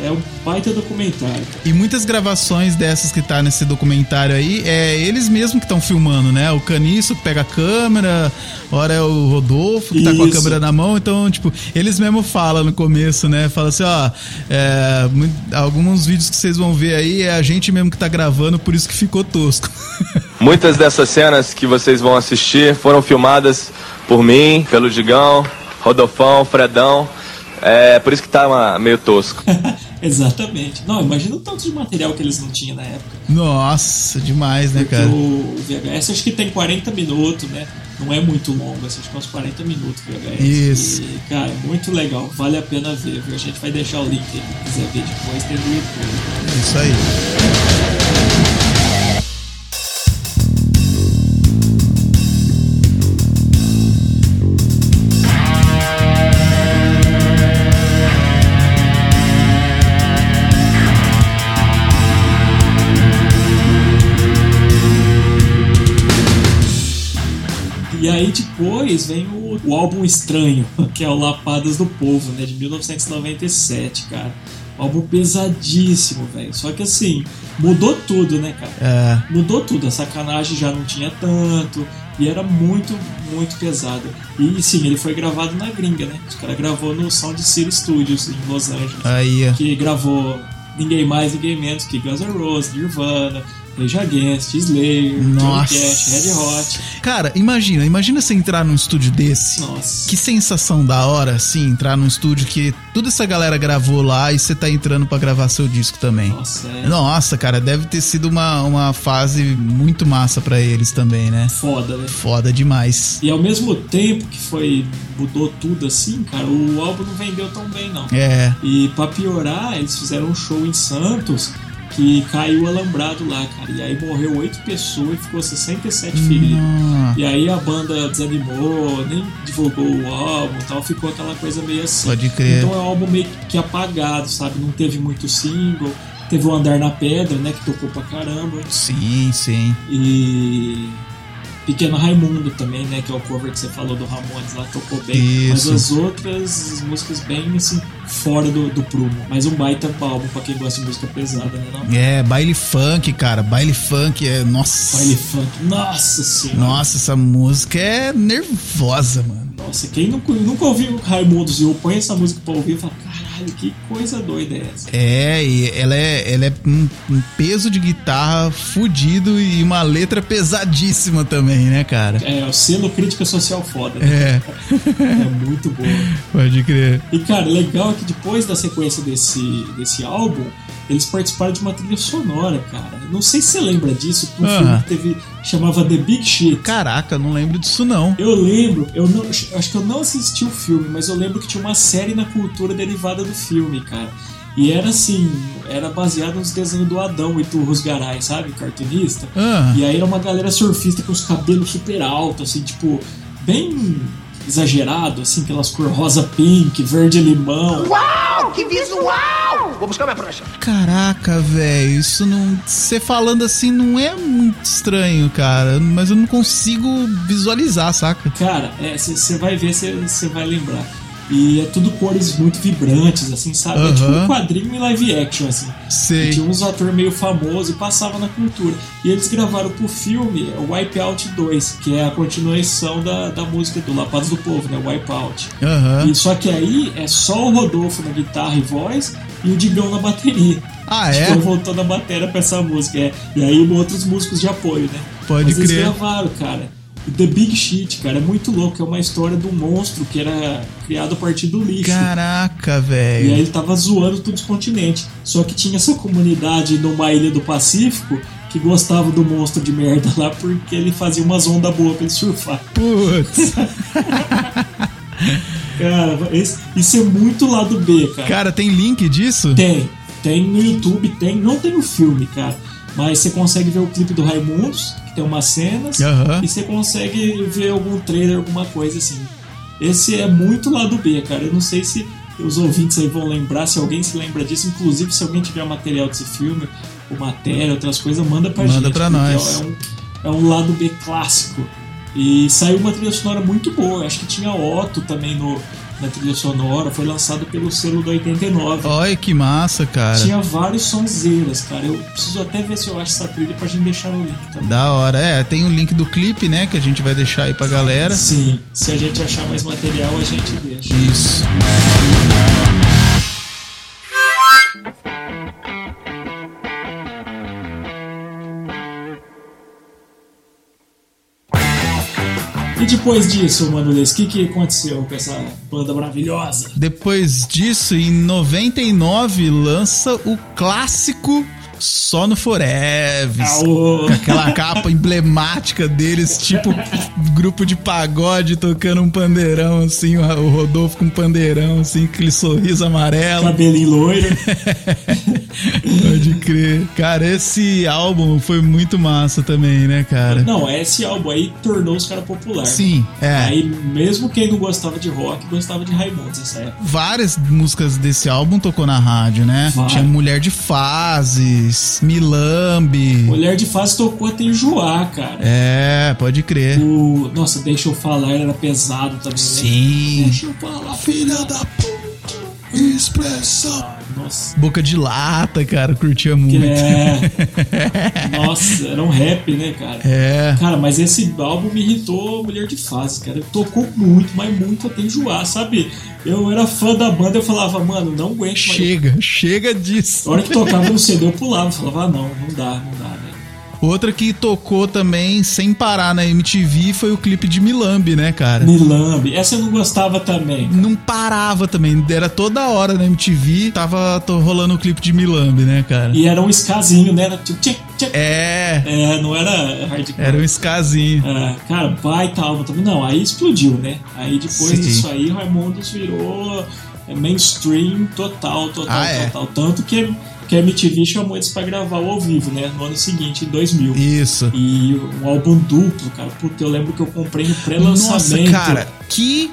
B: É um baita documentário.
A: E muitas gravações dessas que tá nesse documentário aí, é eles mesmos que estão filmando, né? O Caniço que pega a câmera, ora é o Rodolfo que tá com a
B: Isso.
A: câmera na mão. Então, tipo, eles mesmo falam no começo, né? Fala assim, ó, é, mu- alguns vídeos que vocês vão ver aí é a gente mesmo que tá gravando, por isso que ficou tosco.
F: Muitas dessas cenas que vocês vão assistir foram filmadas por mim, pelo Digão, Rodolfão, Fredão. É por isso que tá uma- meio tosco.
B: Exatamente. Não, imagina o tanto de material que eles não tinham na época.
A: Nossa, demais, né,
B: Porque
A: cara?
B: o VHS acho que tem 40 minutos, né? Não é muito longo, assim, acho que é uns 40 minutos o VHS.
A: Isso.
B: E, cara, é muito legal, vale a pena ver, viu? A gente vai deixar o link aí, quem quiser ver depois, tem no YouTube.
A: É Isso aí.
B: E aí depois vem o, o álbum Estranho, que é o Lapadas do Povo, né? De 1997, cara. Um álbum pesadíssimo, velho. Só que assim, mudou tudo, né, cara?
A: É,
B: mudou tudo, a sacanagem já não tinha tanto e era muito, muito pesado. E sim, ele foi gravado na gringa, né? Os caras gravou no Sound City Studios em Los Angeles,
A: aí, ó.
B: que gravou ninguém mais, ninguém menos que Guns N' Roses, Nirvana, Rage Against, Slayer, Johnny
A: Nossa.
B: Cash, Red Hot.
A: Cara, imagina, imagina você entrar num estúdio desse.
B: Nossa.
A: Que sensação da hora, assim, entrar num estúdio que toda essa galera gravou lá e você tá entrando pra gravar seu disco também.
B: Nossa, é
A: Nossa, cara, deve ter sido uma, uma fase muito massa pra eles também, né?
B: foda, né?
A: Foda demais.
B: E ao mesmo tempo que foi mudou tudo assim, cara, o álbum não vendeu tão bem não.
A: É,
B: E pra piorar, eles fizeram um show em Santos que caiu o alambrado lá, cara. E aí morreu oito pessoas e ficou 67 feridos.
A: Ah.
B: E aí a banda desanimou, nem divulgou o álbum e tal, ficou aquela coisa meio assim.
A: Pode crer.
B: Então é um álbum meio que apagado, sabe? Não teve muito single. Teve o Andar na Pedra, né? Que tocou pra caramba.
A: sim, sim.
B: E Pequeno Raimundo também, né? Que é o cover que você falou do Ramones lá, tocou bem.
A: Isso.
B: Mas as outras as músicas bem assim, fora do, do prumo. Mas um baita álbum pra quem gosta de música pesada, né? Não?
A: É, baile funk, cara. Baile funk é. Nossa.
B: Baile funk. Nossa senhora.
A: Nossa, essa música é nervosa, mano.
B: Nossa, quem nunca, nunca ouviu Raimundos e eu põe essa música pra ouvir e fala, caralho, que coisa doida é essa?
A: É, e ela é, ela é um, um peso de guitarra fudido e uma letra pesadíssima também, né, cara?
B: É, o selo crítica social foda, né?
A: É,
B: É muito boa.
A: pode crer.
B: E cara, legal é que depois da sequência desse, desse álbum, eles participaram de uma trilha sonora, cara. Não sei se você lembra disso, um
A: Ah.
B: filme que teve, chamava The Big Shit.
A: Caraca, eu não lembro disso não.
B: Eu lembro, eu não, eu acho que eu não assisti o filme, mas eu lembro que tinha uma série na cultura derivada do filme, cara. E era assim, era baseado nos desenhos do Adão e do Rosgaray, sabe? Cartunista.
A: Ah.
B: E aí era uma galera surfista com os cabelos super altos, assim, tipo, bem exagerado, assim, aquelas cor rosa pink, verde limão.
A: Caraca, velho, isso não. Você falando assim não é muito estranho, cara. Mas eu não consigo visualizar, saca?
B: Cara, é, você vai ver, você vai lembrar. E é tudo cores muito vibrantes, assim, sabe? É tipo
A: Aham.
B: um quadrinho em live action, assim. E
A: Sei.
B: tinha uns atores meio famosos e passava na cultura. E eles gravaram pro filme Wipeout 2, que é a continuação da, da música do Lapados do Povo, né? Wipeout.
A: Aham.
B: E só que aí é só o Rodolfo na guitarra e voz e o Digão na bateria.
A: Ah, é?
B: Então voltou na bateria pra essa música. é. E aí outros músicos de apoio, né?
A: Pode
B: Mas
A: crer.
B: eles gravaram, cara. O The Big Shit, cara, é muito louco. É uma história do monstro que era criado a partir do lixo.
A: Caraca,
B: E aí
A: velho.
B: ele tava zoando todos os continentes. Só que tinha essa comunidade numa ilha do Pacífico que gostava do monstro de merda lá porque ele fazia umas ondas boas pra ele surfar.
A: Putz.
B: Cara, esse- isso é muito lado B, cara.
A: Cara, tem link disso?
B: Tem, tem no YouTube, tem, não tem o filme, cara. Mas você consegue ver o clipe do Raimundos, que tem umas cenas,
A: Aham.
B: e você consegue ver algum trailer, alguma coisa assim. Esse é muito lado B, cara. Eu não sei se os ouvintes aí vão lembrar, se alguém se lembra disso. Inclusive, se alguém tiver material desse filme, ou matéria, outras coisas, manda pra
A: Manda
B: gente.
A: pra
B: porque
A: nós.
B: É um, é um lado B clássico. E saiu uma trilha sonora muito boa. Acho que tinha Otto também no, na trilha sonora. Foi lançado pelo selo do 89.
A: Olha que massa, cara.
B: Tinha vários sonzeiras, cara. Eu preciso até ver se eu acho essa trilha pra gente deixar no link também.
A: Da hora. É, tem o link do clipe, né? Que a gente vai deixar aí pra galera.
B: Sim, se a gente achar mais material, a gente deixa.
A: Isso.
B: E depois disso, Mano Leis, o que, que aconteceu com essa banda maravilhosa?
A: Depois disso, em 99, lança o clássico Só no Foreves.
B: Aô!
A: Aquela capa emblemática deles, tipo grupo de pagode tocando um pandeirão, assim, o Rodolfo com um pandeirão, assim, aquele sorriso amarelo.
B: Cabelinho loiro.
A: Pode crer. Cara, esse álbum foi muito massa também, né, cara?
B: Não, esse álbum aí tornou os caras populares.
A: Sim, é.
B: Aí, mesmo quem não gostava de rock, gostava de Raimundos nessa época.
A: Várias músicas desse álbum tocou na rádio, né?
B: Várias.
A: Tinha Mulher de Fases, Milambe.
B: Mulher de Fase tocou até enjoar, cara.
A: É, pode crer.
B: O... Nossa, Deixa Eu Falar era pesado também, né?
A: Sim.
B: Deixa eu falar, filha da puta. Expressão. Ah, Nossa.
A: Boca de lata, cara, curtia muito.
B: É. Nossa, era um rap, né, cara?
A: É.
B: Cara, mas esse álbum me irritou Mulher de Fase, cara. Tocou muito, mas muito até enjoar, sabe? Eu era fã da banda, eu falava, mano, não aguento mais.
A: Chega, chega disso.
B: A hora que tocava um CD, eu pulava, eu falava, ah, não, não dá, não dá, né?
A: Outra que tocou também sem parar na MTV foi o clipe de Milambi, né, cara?
B: Milambi. Essa eu não gostava também.
A: Não parava também, era toda hora na MTV, tava to- rolando o clipe de Milambi, né, cara?
B: E era um escasinho, né? Era tipo, tchac, tchac.
A: É,
B: É, não era hardcore.
A: era um escasinho.
B: Ah, cara, baita álbum também. Não, aí explodiu, né? Aí depois
A: Sim.
B: disso aí, Raimundos virou é, mainstream total, total,
A: Ah, é.
B: total. Tanto que, que a MTV chamou eles pra gravar o ao vivo, né? No ano seguinte, em 2000. E,
A: Isso.
B: um álbum duplo, cara. Puta, eu lembro que eu comprei no
A: Nossa,
B: pré-lançamento.
A: cara, que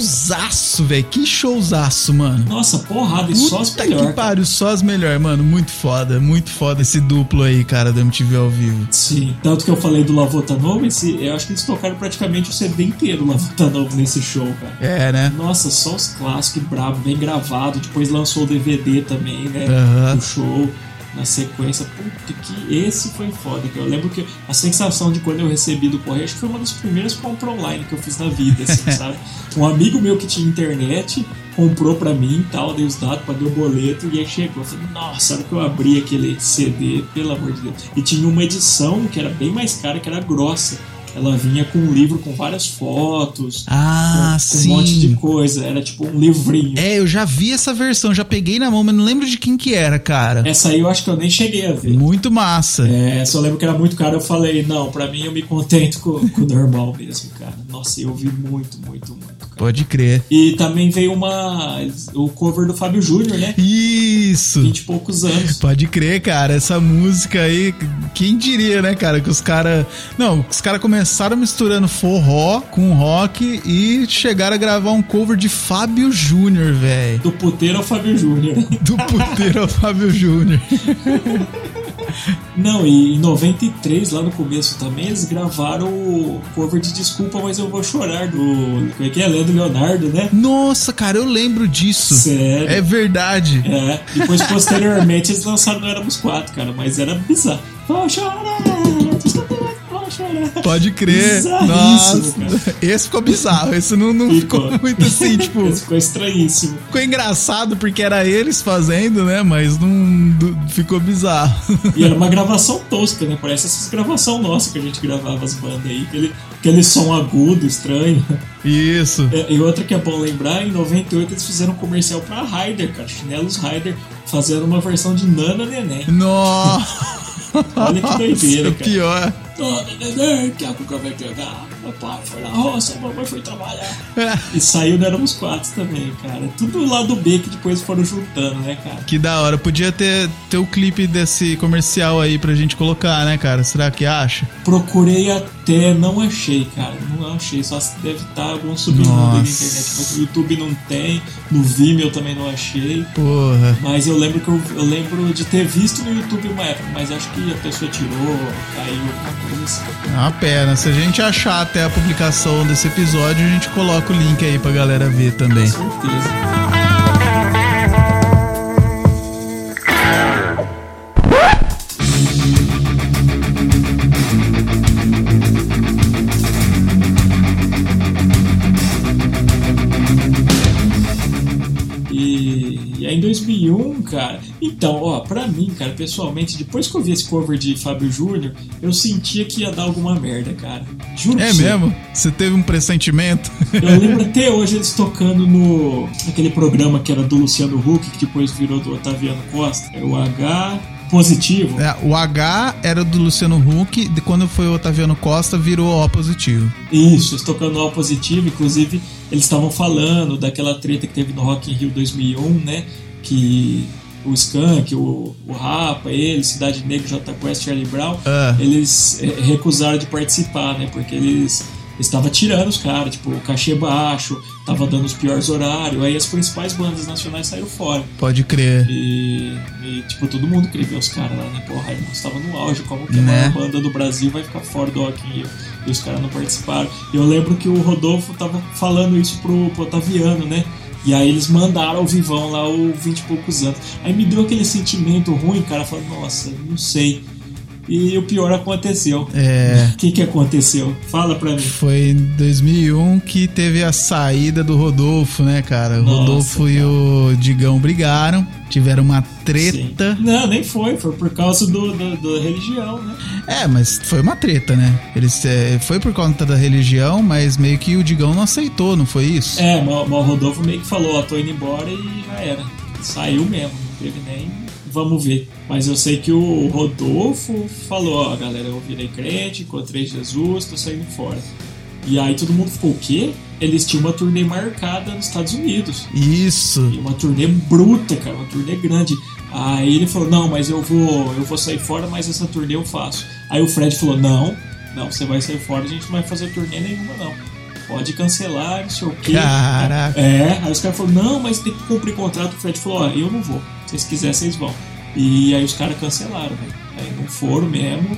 A: showzaço, velho. Que showzaço, mano.
B: Nossa, porrada, e só as
A: Puta que
B: melhores.
A: pariu, só as melhores, mano. Muito foda, muito foda esse duplo aí, cara, do MTV ao vivo.
B: Sim, tanto que eu falei do Lavota Novo, esse, eu acho que eles tocaram praticamente o CD inteiro Lavota Novo nesse show, cara.
A: É, né?
B: Nossa, só os clássicos brabo, bem gravado. Depois lançou o DVD também, né?
A: Aham.
B: O show na sequência. Puta que esse foi foda. cara. Eu lembro que a sensação de quando eu recebi do correio, acho que foi uma das primeiras compras online que eu fiz na vida, assim, sabe? Um amigo meu que tinha internet comprou pra mim e tal, dei os dados, paguei o boleto e aí chegou. Eu falei, nossa, a hora que eu abri aquele CD, pelo amor de Deus. E tinha uma edição que era bem mais cara, que era grossa. Ela vinha com um livro com várias fotos,
A: Ah,
B: com
A: sim.
B: um monte de coisa. Era tipo um livrinho.
A: É, eu já vi essa versão, já peguei na mão, mas não lembro de quem que era, cara.
B: Essa aí eu acho que eu nem cheguei a ver.
A: Muito massa.
B: É, só lembro que era muito caro. Eu falei, não, pra mim eu me contento com, com o normal mesmo, cara. Nossa, eu vi muito, muito, muito, cara.
A: Pode crer.
B: E também veio uma. o cover do Fábio Júnior, né?
A: Isso.
B: 20 e poucos anos.
A: Pode crer, cara. Essa música aí, quem diria, né, cara, que os caras, não, os caras começaram misturando forró com rock e chegaram a gravar um cover de Fábio Júnior, velho.
B: Do puteiro ao Fábio Júnior.
A: Do puteiro ao Fábio Júnior.
B: Não, e em 93, lá no começo também, eles gravaram o cover de Desculpa, mas eu vou chorar do. Como é que é? Leandro Leonardo, né?
A: Nossa, cara, eu lembro disso.
B: Sério?
A: É verdade.
B: É, depois posteriormente eles lançaram No Éramos 4, cara, mas era bizarro. Vou chorar, vou chorar.
A: Pode crer. Nossa.
B: Bizarríssimo,
A: Esse ficou bizarro. Esse não, não ficou
B: Ficou.
A: muito assim, tipo.
B: Isso ficou estranhíssimo.
A: Ficou engraçado porque era eles fazendo, né? Mas não do- ficou bizarro.
B: E era uma gravação tosca, né? Parece essas gravação nossa que a gente gravava as bandas aí, aquele, aquele som agudo, estranho.
A: Isso.
B: É, E outra que é bom lembrar, em 98 eles fizeram um comercial pra Ryder, cara, chinelos Ryder, fazendo uma versão de Nana Nené.
A: Nossa,
B: Olha que doideira,
A: é
B: cara.
A: pior.
B: Dona Neném, que a cuca vai pegar. Papai foi na roça, mamãe foi trabalhar. E saiu do Éramos Quatro também, cara. É Tudo lá do B que depois foram juntando, né, cara?
A: Que da hora. Podia ter, ter o clipe desse comercial aí pra gente colocar, né, cara? Será que acha?
B: Procurei até, não achei, cara. Não achei, só se deve estar algum submundo aí na
A: Nossa.
B: internet. Mas no YouTube não tem, no Vimeo eu também não achei.
A: Porra.
B: Mas eu lembro que eu, eu lembro de ter visto no YouTube uma época, mas acho que a pessoa tirou, caiu, alguma coisa assim.
A: É uma pena. Se a gente achar até a publicação desse episódio, a gente coloca o link aí pra galera ver também.
B: Com certeza. E, e aí em 2001, cara. Então, ó, pra mim, cara, pessoalmente, depois que eu vi esse cover de Fábio Júnior, eu sentia que ia dar alguma merda, cara. Juro pra
A: É
B: você.
A: mesmo? Você teve um pressentimento?
B: Eu lembro até hoje eles tocando no aquele programa que era do Luciano Huck, que depois virou do Otaviano Costa. É o H positivo.
A: É, o H era do Luciano Huck, de quando foi o Otaviano Costa, virou O positivo.
B: Isso, eles tocando o A positivo. Inclusive, eles estavam falando daquela treta que teve no Rock in Rio 2001, né? Que o Skank, o, o Rapa, ele, Cidade Negra, J Quest, Charlie Brown,
A: Ah.
B: eles eh, recusaram de participar, né? Porque eles estavam tirando os caras, tipo, o cachê baixo, tava dando os piores horários, aí as principais bandas nacionais saíram fora.
A: Pode crer.
B: E, e, tipo, todo mundo queria ver os caras lá, né? Porra, Raimundo estava no auge, como que
A: Né?
B: a maior banda do Brasil vai ficar fora do Rock in Rio? E os caras não participaram. E eu lembro que o Rodolfo tava falando isso pro, pro Otaviano, né? E aí eles mandaram ao vivão lá o 20 e poucos anos. Aí me deu aquele sentimento ruim, cara, falando, nossa, não sei. e o pior aconteceu.
A: É.
B: O que, que aconteceu? Fala pra mim.
A: Foi em 2001 que teve a saída do Rodolfo, né, cara? O
B: Nossa,
A: Rodolfo e
B: cara.
A: o Digão brigaram, tiveram uma treta.
B: Sim. Não, nem foi. Foi por causa do, do- da religião, né?
A: É, mas foi uma treta, né? Eles, é, foi por conta da religião, mas meio que o Digão não aceitou, não foi isso?
B: É, mas mas o Rodolfo meio que falou, ó, tô indo embora e já era. Saiu mesmo, não teve nem. Vamos ver. Mas eu sei que o Rodolfo falou, ó, galera, eu virei crente, encontrei Jesus, tô saindo fora. E aí todo mundo ficou o quê? Eles tinham uma turnê marcada nos Estados Unidos. E
A: Isso.
B: uma turnê bruta, cara, uma turnê grande. Aí ele falou: "Não, mas eu vou, eu vou sair fora, mas essa turnê eu faço". Aí o Fred falou: "Não, não, você vai sair fora, a gente não vai fazer turnê nenhuma não. Pode cancelar, não sei o quê".
A: Caraca.
B: É, aí os caras falaram: "Não, mas tem que cumprir contrato". O Fred falou: "Ó, eu não vou. Se vocês quiserem, vocês vão". E aí os caras cancelaram, velho. Aí não foram mesmo.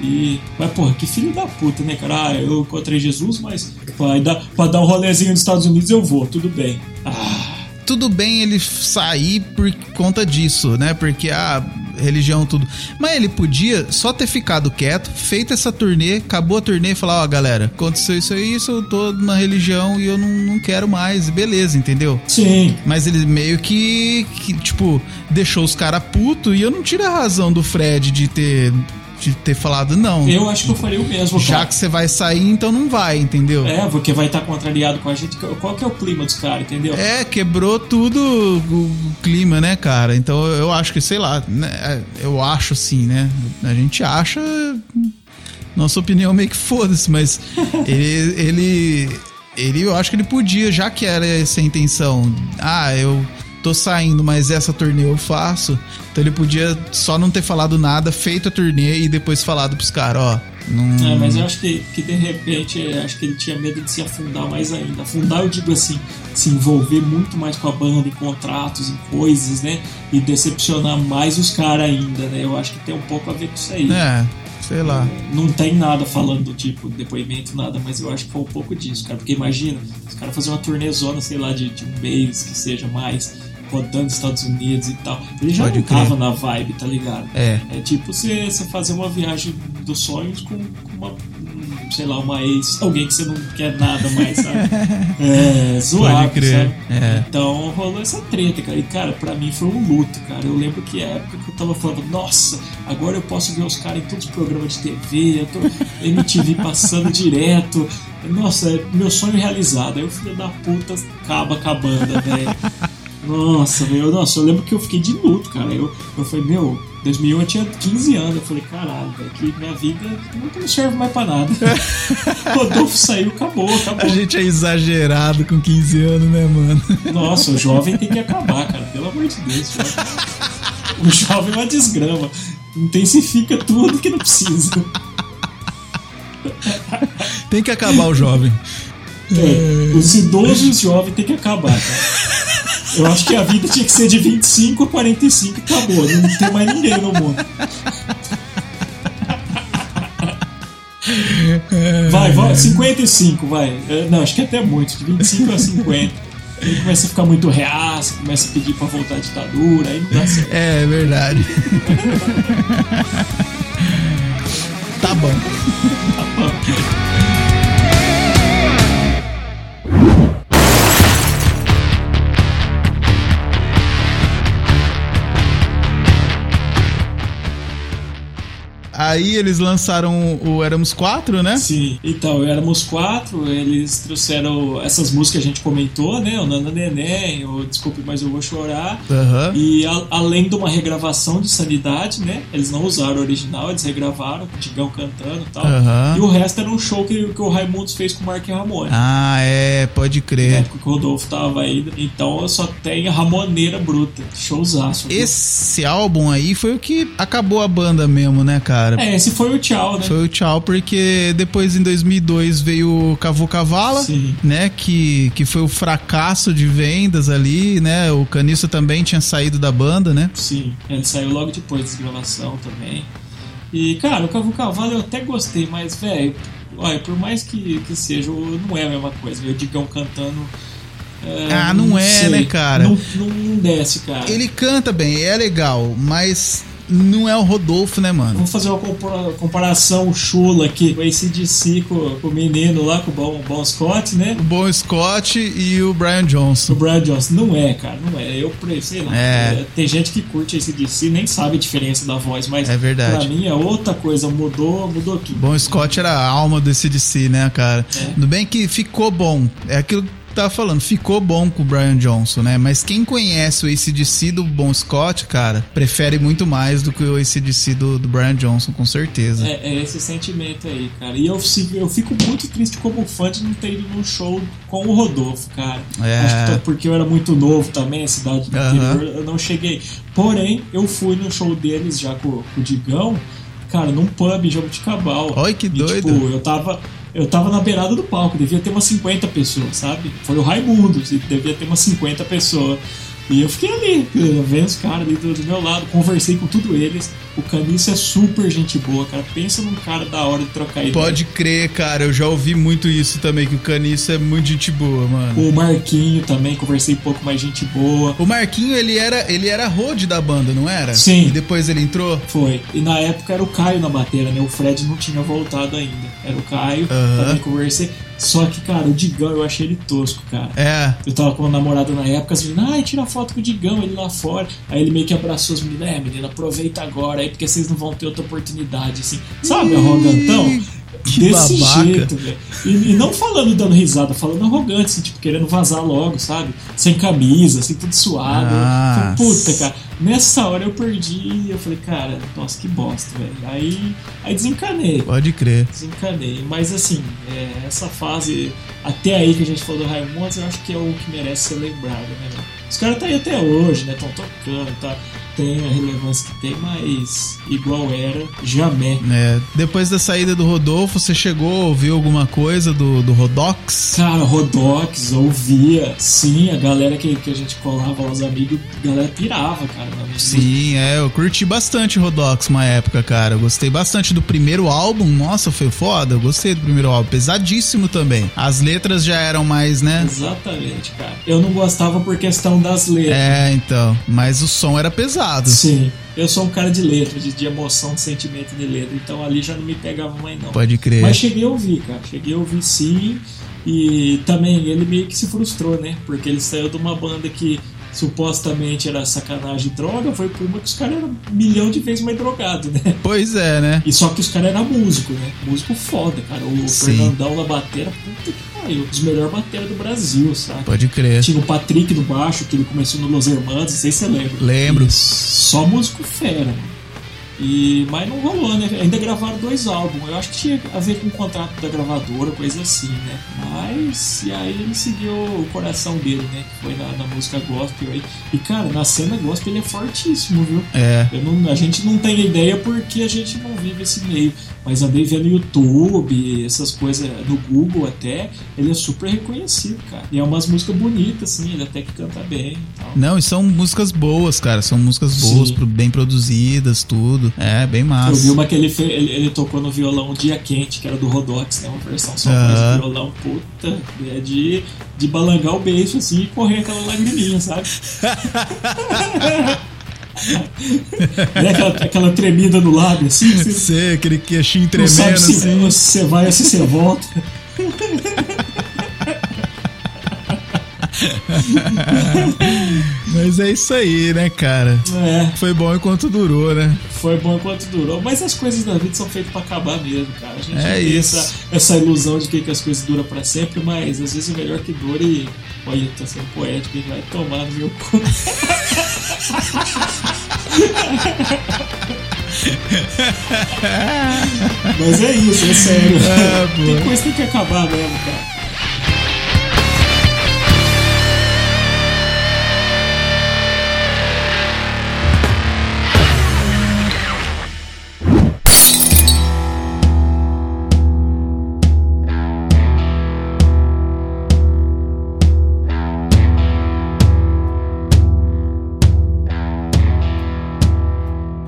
B: E, mas porra, que filho da puta, né, cara? Ah, eu encontrei Jesus, mas pra dar, pra dar um rolezinho nos Estados Unidos eu vou, tudo bem. Ah,
A: Tudo bem ele sair por conta disso, né? Porque a religião, tudo. Mas ele podia só ter ficado quieto, feito essa turnê, acabou a turnê e falar: ó, galera, aconteceu isso e isso, eu tô na religião e eu não, não quero mais. Beleza, entendeu?
B: sim,
A: Mas ele meio que, que, tipo, deixou os caras puto e eu não tiro a razão do Fred de ter, de ter falado, não.
B: Eu acho que eu faria o mesmo,
A: já
B: cara.
A: que você vai sair, então não vai, entendeu? É.
B: É, porque vai estar contrariado com a gente. Qual que é o clima dos caras, entendeu?
A: É. quebrou tudo o clima, né, cara? Então eu acho que, sei lá, né, eu acho assim, né? A gente acha. Nossa opinião meio que foda-se, mas ele, ele. Ele, eu acho que ele podia, já que era essa a intenção. Ah, eu tô saindo, mas essa turnê eu faço. Então ele podia só não ter falado nada, feito a turnê e depois falado pros caras, ó. Não,
B: É, mas eu acho que, que de repente é, acho que ele tinha medo de se afundar mais ainda. Afundar, eu digo assim, se envolver muito mais com a banda, em contratos, em coisas, né? E decepcionar mais os caras ainda, né? Eu acho que tem um pouco a ver com isso aí.
A: É, sei lá.
B: Não tem nada falando, tipo, depoimento, nada, mas eu acho que foi um pouco disso, cara. Porque imagina, os caras fazer uma turnêzona, sei lá, de, de um mês, que seja mais, rodando os Estados Unidos e tal. Ele já
A: Pode
B: não
A: crer.
B: tava na vibe, tá ligado?
A: É.
B: É tipo você, você fazer uma viagem dos sonhos com, com uma, um, sei lá, uma ex, alguém que você não quer nada mais, sabe? É, zoado,
A: Pode crer,
B: sabe?
A: é.
B: Então rolou essa treta, cara. E, cara, pra mim foi um luto, cara. Eu lembro que é a época que eu tava falando, nossa, agora eu posso ver os caras em todos os programas de TV, eu tô MTV passando direto. Nossa, é meu sonho realizado. Aí o filho da puta acaba com a banda, velho. Nossa, meu, nossa, eu lembro que eu fiquei de luto, cara. Eu, eu falei, meu, 2001 eu tinha 15 anos. Eu falei, caralho, velho, que minha vida nunca me serve mais pra nada. Rodolfo saiu, acabou, acabou.
A: A gente é exagerado com 15 anos, né, mano?
B: Nossa, o jovem tem que acabar, cara. Pelo amor de Deus. jovem. O jovem é uma desgrama. Intensifica tudo que não precisa.
A: Tem que acabar o jovem.
B: É, os idosos e os jovens tem que acabar, cara. Eu acho que a vida tinha que ser de 25 a 45 e acabou. Não tem mais ninguém no mundo. Vai, vai, 55, vai. É, Não, acho que até muito, de 25 a 50. Ele começa a ficar muito reaço, começa a pedir pra voltar à ditadura, aí não dá certo.
A: É verdade. tá bom. Aí eles lançaram o Éramos Quatro, né?
B: Sim, então, éramos quatro, eles trouxeram essas músicas que a gente comentou, né? O Nana Neném, o Desculpe, mas eu vou chorar.
A: Aham.
B: E a- além de uma regravação de Sanidade, né? Eles não usaram o original, eles regravaram, com o Digão cantando e tal.
A: Aham.
B: E o resto era um show que, que o Raimundos fez com o Mark Ramone.
A: Ah, é, pode
B: Na
A: crer.
B: época que o Rodolfo tava ainda. Então só tem Ramoneira Bruta. Showzaço. viu?
A: Esse álbum aí foi o que acabou a banda mesmo, né, cara?
B: É, esse foi o tchau, né?
A: Foi o tchau, porque depois em 2002 veio o Cavu Cavala,
B: Sim.
A: né? Que, que foi o fracasso de vendas ali, né? O Caniço também tinha saído da banda, né?
B: Sim, ele saiu logo depois da gravação também. E, cara, o Cavu Cavalo eu até gostei, mas, velho, olha, por mais que, que seja, o- não é a mesma coisa. viu? O Digão cantando. é,
A: Ah, não é, né, cara?
B: Não, não- não desce, cara.
A: Ele canta bem, é legal, mas não é o Rodolfo, né, mano?
B: Vamos fazer uma compara- comparação chula aqui. O ACDC com, com o menino lá, com o Bon, bon Scott, né?
A: O Bon Scott e o Brian
B: O
A: Johnson.
B: Brian Johnson. Não é, cara, não é. Eu pre- sei lá.
A: É.
B: Tem gente que curte ACDC, nem sabe a diferença da voz, mas
A: É verdade.
B: pra mim é outra coisa. Mudou, mudou tudo.
A: Bon Scott era a alma do CDC, né, cara?
B: É.
A: Tudo bem que ficou bom. É aquilo que eu tava falando, ficou bom com o Brian Johnson, né? Mas quem conhece o ACDC do Bon Scott, cara, prefere muito mais do que o ACDC do, do Brian Johnson, com certeza.
B: É, é esse sentimento aí, cara. E eu, fico- eu fico muito triste como fã de não ter ido num show com o Rodolfo, cara.
A: É.
B: Acho que tô- porque eu era muito novo também, a cidade do
A: Aham.
B: interior, eu não cheguei. Porém, eu fui no show deles já com, com o Digão, cara, num pub em Jabuticabal.
A: Olha que
B: E,
A: doido.
B: Tipo, eu tava. Eu tava na beirada do palco, devia ter umas 50 pessoas, sabe? Foi o Raimundo, e devia ter umas 50 pessoas. E eu fiquei ali, vendo os caras ali do, do meu lado, conversei com tudo eles. O Caniço é super gente boa, cara. Pensa num cara da hora de trocar ideia.
A: Pode crer, cara, eu já ouvi muito isso também, que o Caniço é muito gente boa, mano.
B: O Marquinho também, conversei pouco, mas gente boa.
A: O Marquinho, ele era, ele era road da banda, não era?
B: Sim.
A: E depois ele entrou?
B: Foi. E na época era o Caio na bateria, né? O Fred não tinha voltado ainda. Era o Caio,
A: Aham.
B: também conversei. Só que, cara, o Digão eu achei ele tosco, cara.
A: É.
B: Eu tava com uma namorada na época, as meninas, ai, tira foto com o Digão, ele lá fora. Aí ele meio que abraçou as meninas, é, menina, aproveita agora aí, porque vocês não vão ter outra oportunidade, assim. Sabe, arrogantão?
A: que
B: Desse
A: babaca.
B: jeito, velho. E, e não falando dando risada, falando arrogante, assim, tipo, querendo vazar logo, sabe? Sem camisa, assim, tudo suado.
A: Ah.
B: Eu falei, Puta, cara. Nessa hora eu perdi, eu falei, cara, nossa, que bosta, velho. Aí, aí desencanei
A: Pode crer.
B: desencanei. Mas assim, é, essa fase até aí que a gente falou do Raimundos, eu acho que é o que merece ser lembrado, né? meu? Os caras tá aí até hoje, né? Estão tocando, tá? Tem a relevância que tem, mas igual era, jamais.
A: É, depois da saída do Rodolfo, você chegou a ouvir alguma coisa do, do Rodox?
B: Cara, Rodox, ouvia, sim, a galera que, que a gente colava lá, os amigos, a galera pirava, cara, na música.
A: Sim, é, eu curti bastante Rodox uma época, cara. Eu gostei bastante do primeiro álbum. Nossa, foi foda. Eu gostei do primeiro álbum. Pesadíssimo também. As letras já eram mais, né?
B: Exatamente, cara. Eu não gostava por questão das letras.
A: É, então. Mas o som era pesado.
B: Sim, eu sou um cara de letra, de, de emoção, de sentimento de letra, então ali já não me pegava mais não.
A: Pode crer.
B: Mas cheguei a ouvir, cara. Cheguei a ouvir sim. E também ele meio que se frustrou, né? Porque ele saiu de uma banda que supostamente era sacanagem e droga, foi por uma que os caras eram um milhão de vezes mais drogado, né?
A: Pois é, né?
B: E só que os caras eram músico, né? Músico foda, cara. O
A: Sim.
B: Fernandão na batera, puta que pariu. Um dos melhores batera do Brasil, saca?
A: Pode crer.
B: Tinha o Patrick no baixo, que ele começou no Los Hermanos, não sei se você lembra.
A: Lembro.
B: E Só músico fera. mano. E, mas não rolou, né? Ainda gravaram dois álbuns. Eu acho que tinha a ver com o contrato da gravadora, coisa assim, né? Mas. E aí ele seguiu o coração dele, né? Que foi na, na música gospel aí. E cara, na cena gospel ele é fortíssimo, viu?
A: É.
B: Eu não- a gente não tem ideia porque a gente não vive esse meio. Mas andei vendo no YouTube, essas coisas, no Google até. Ele é super reconhecido, cara. E é umas músicas bonitas, assim, ele até que canta bem e tal.
A: Não, e são músicas boas, cara. São músicas boas,
B: Sim.
A: pro- bem produzidas, tudo. É, bem massa.
B: Eu vi uma que ele, fe- ele, ele tocou no violão Dia Quente, que era do Rodox, né? Uma versão só
A: Aham.
B: de violão, puta, é de, de balangar o beijo assim e correr aquela lagriminha, sabe? é aquela, aquela tremida no lábio, assim, que você
A: Sei, aquele queixinho
B: não
A: tremendo
B: sabe se,
A: assim.
B: se você vai ou se você volta.
A: Mas é isso aí, né, cara?
B: É,
A: Foi bom enquanto durou, né?
B: foi bom enquanto durou. Mas as coisas da vida são feitas pra acabar mesmo, cara. A gente
A: É
B: tem
A: isso.
B: Essa, essa ilusão de que, que as coisas duram pra sempre, mas às vezes é melhor que dure. Olha, eu tô sendo poético e vai tomar no meu cu. mas é isso, é sério.
A: É, pô.
B: tem coisa que tem que acabar mesmo, cara.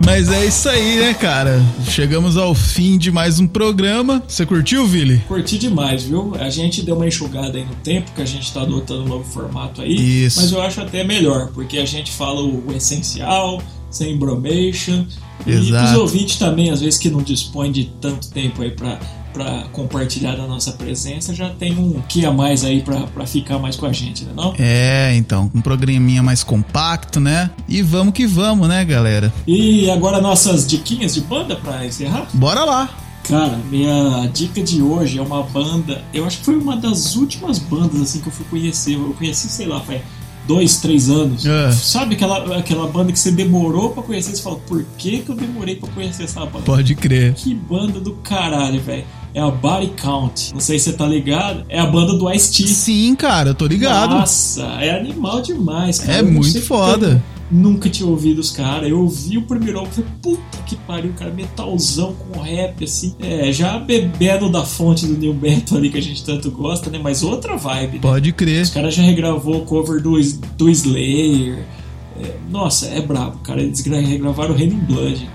A: Mas é isso aí, né, cara? Chegamos ao fim de mais um programa. Você curtiu, Vili?
B: Curti demais, viu? A gente deu uma enxugada aí no tempo, que a gente tá adotando um novo formato aí.
A: Isso.
B: Mas eu acho até melhor, porque a gente fala o essencial, sem bromation, E os
A: Exato.
B: ouvintes também, às vezes que não dispõem de tanto tempo aí pra, pra compartilhar da nossa presença, já tem um que a mais aí pra, pra ficar mais com a gente, né não?
A: É, então, um programinha mais compacto, né? E vamos que vamos, né, galera?
B: E agora nossas diquinhas de banda pra encerrar?
A: Bora lá!
B: Cara, minha dica de hoje é uma banda. Eu acho que foi uma das últimas bandas assim que eu fui conhecer. Eu conheci, sei lá, faz dois, três anos.
A: É.
B: Sabe aquela, aquela banda que você demorou pra conhecer? Você fala, por que, que eu demorei pra conhecer essa banda?
A: Pode crer.
B: Que banda do caralho, velho. É a Body Count. Não sei se você tá ligado. É a banda do Ice-T.
A: Sim, cara, eu tô ligado.
B: Nossa, é animal demais, cara.
A: É
B: Eu não
A: muito
B: sei porque
A: foda.
B: eu Nunca tinha ouvido os caras. Eu ouvi o primeiro álbum e falei, puta que pariu, cara. Metalzão com rap, assim. É, já bebendo da fonte do New Metal ali que a gente tanto gosta, né? Mas outra vibe, né?
A: Pode crer.
B: Os caras já regravou o cover do, do Slayer. É, nossa, é brabo, cara. Eles gra- regravaram Raining Blood.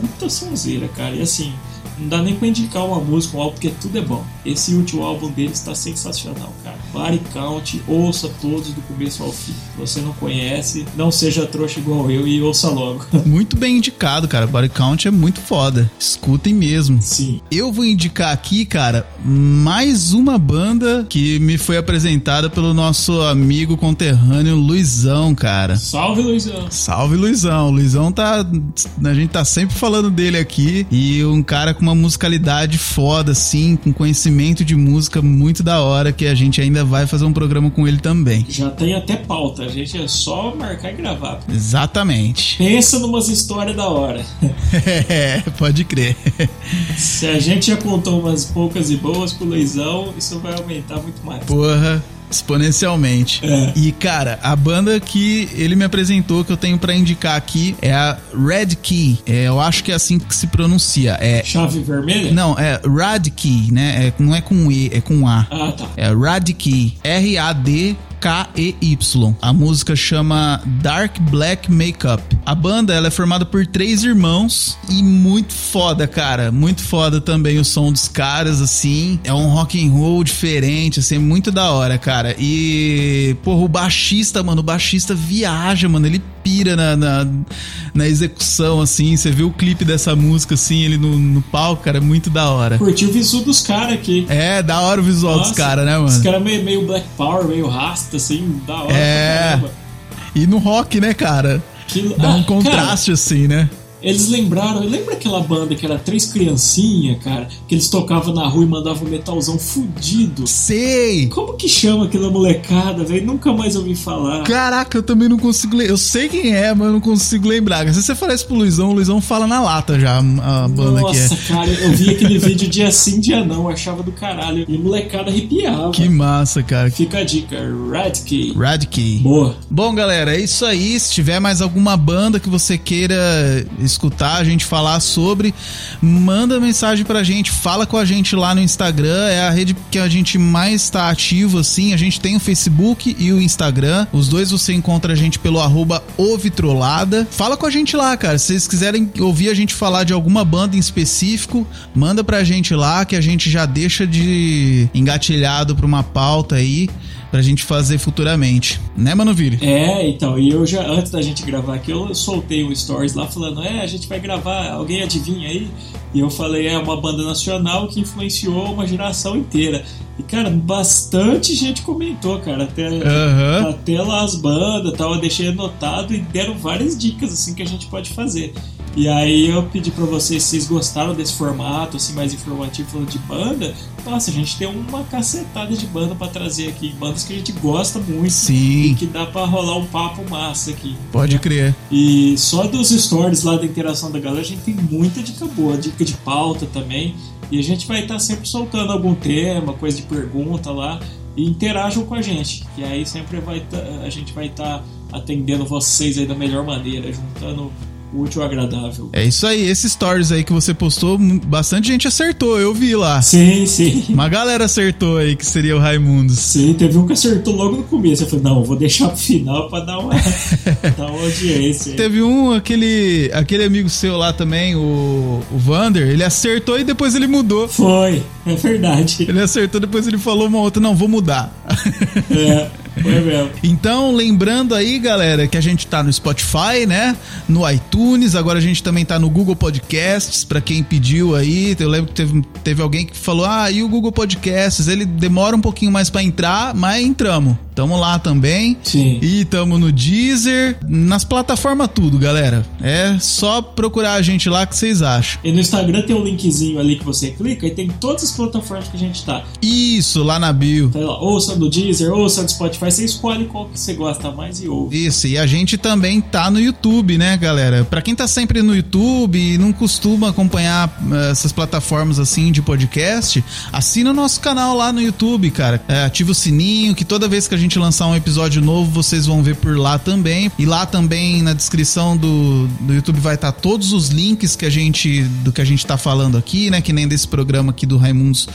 B: Puta sonzeira, cara. E assim, não dá nem pra indicar uma música, um álbum, porque tudo é bom. Esse último álbum deles tá sensacional, cara. Body Count, ouça todos do começo ao fim. Se você não conhece, não seja trouxa igual eu e ouça logo.
A: Muito bem indicado, cara. Body Count é muito foda. Escutem mesmo.
B: Sim.
A: Eu vou indicar aqui, cara, mais uma banda que me foi apresentada pelo nosso amigo conterrâneo Luizão, cara.
B: Salve, Luizão.
A: Salve Luizão. Luizão tá. A gente tá sempre falando dele aqui. E um cara com uma musicalidade foda, assim, com conhecimento de música muito da hora, que a gente ainda vai fazer um programa com ele também.
B: Já tem até pauta, a gente é só marcar e gravar.
A: Exatamente.
B: Pensa numas histórias da hora.
A: É, pode crer.
B: Se a gente já contou umas poucas e boas pro Luizão, isso vai aumentar muito mais.
A: Porra, exponencialmente.
B: É.
A: E cara, a banda que ele me apresentou que eu tenho pra indicar aqui é a Red Key. É, eu acho que é assim que se pronuncia. É
B: Chave vermelha?
A: não, é Rad Key, né? É, não é com E, é com A.
B: Ah, tá.
A: É Radkey, R-A-D. K-E-Y. A música chama Dark Black Makeup. A banda ela é formada por três irmãos e muito foda, cara. Muito foda também o som dos caras, assim. É um rock and roll diferente, assim, é muito da hora, cara. E, porra, o baixista, mano, o baixista viaja, mano. Ele pira na, na, na execução, assim. Você vê o clipe dessa música, assim, ele no, no palco, cara, é muito da hora.
B: Curti o visu dos caras aqui.
A: É, da hora o visual
B: Nossa,
A: dos caras, né, mano?
B: Os caras meio, meio Black Power, meio rasta, assim, da hora.
A: É.
B: pra caramba.
A: E no rock, né, cara?
B: Que-
A: Dá um
B: Ah,
A: contraste assim, né?
B: cara, eles lembraram, lembra aquela banda que era três criancinhas, cara? Que eles tocavam na rua e mandavam um metalzão fudido.
A: Sei!
B: Como que chama aquela molecada, velho? Nunca mais ouvi falar.
A: Caraca, eu também não consigo lembrar. Eu sei quem é, mas eu não consigo lembrar. Se você falar isso pro Luizão, o Luizão fala na lata já a banda que
B: Nossa,
A: é.
B: cara, eu vi aquele vídeo dia sim, dia não, eu achava do caralho. E molecada arrepiava.
A: Que massa, cara.
B: Fica a dica, Radkey.
A: Radkey.
B: Boa.
A: Bom, galera, é isso aí. Se tiver mais alguma banda que você queira escutar a gente falar sobre, manda mensagem pra gente, fala com a gente lá no Instagram, é a rede que a gente mais tá ativo, assim. A gente tem o Facebook e o Instagram. Os dois você encontra a gente pelo arroba ovitrolada. Fala com a gente lá, cara. Se vocês quiserem ouvir a gente falar de alguma banda em específico, manda pra gente lá que a gente já deixa de engatilhado pra uma pauta aí pra gente fazer futuramente. Né, Mano Vire?
B: É, então, e eu já, antes da gente gravar aqui, eu soltei um stories lá falando, é, a gente vai gravar, alguém adivinha aí? E eu falei, é uma banda nacional que influenciou uma geração inteira. E, cara, bastante gente comentou, cara, até,
A: Aham.
B: até lá as bandas e tal, eu deixei anotado e deram várias dicas, assim, que a gente pode fazer. E aí eu pedi pra vocês, se vocês gostaram desse formato, assim, mais informativo, falando de banda, nossa, a gente tem uma cacetada de banda pra trazer aqui, bandas que a gente gosta muito. E
A: Sim,
B: que dá pra rolar um papo massa aqui.
A: pode crer.
B: E só dos stories lá da interação da galera, a gente tem muita dica boa, dica de pauta também. E a gente vai estar sempre soltando algum tema, coisa de pergunta lá. E interajam com a gente. E aí sempre vai tá- a gente vai estar atendendo vocês aí da melhor maneira, juntando o útil ao agradável.
A: É isso aí, esses stories aí que você postou, mu- bastante gente acertou, eu vi lá.
B: Sim, sim.
A: Uma galera acertou aí que seria o Raimundos.
B: Sim, teve um que acertou logo no começo. Eu falei, não, eu vou deixar pro final pra dar uma, dar uma audiência. aí.
A: Teve um, aquele, aquele amigo seu lá também, o, o Vander, ele acertou e depois ele mudou.
B: Foi, é verdade.
A: Ele acertou, depois ele falou uma outra, não, vou mudar.
B: É, Foi mesmo.
A: Então, lembrando aí, galera, que a gente tá no Spotify, né? No iTunes, agora a gente também tá no Google Podcasts, pra quem pediu aí. Eu lembro que teve, teve alguém que falou: "Ah, e o Google Podcasts, ele demora um pouquinho mais pra entrar, mas entramos. Tamo lá também.
B: Sim.
A: E tamo no Deezer, nas plataformas tudo, galera. É só procurar a gente lá que vocês acham.
B: E no Instagram tem um linkzinho ali que você clica e tem todas as plataformas que a gente tá.
A: Isso, lá na bio.
B: Tá lá, ouça do Deezer, ouça do Spotify, você escolhe qual que você gosta mais e ouve.
A: Isso, e a gente também tá no YouTube, né, galera? Pra quem tá sempre no YouTube e não costuma acompanhar eh, essas plataformas assim de podcast, assina o nosso canal lá no YouTube, cara. Eh, ativa o sininho, que toda vez que a gente lançar um episódio novo, vocês vão ver por lá também. E lá também na descrição do, do YouTube vai estar todos os links que a gente do que a gente tá falando aqui, né? Que nem desse programa aqui do Raimundos,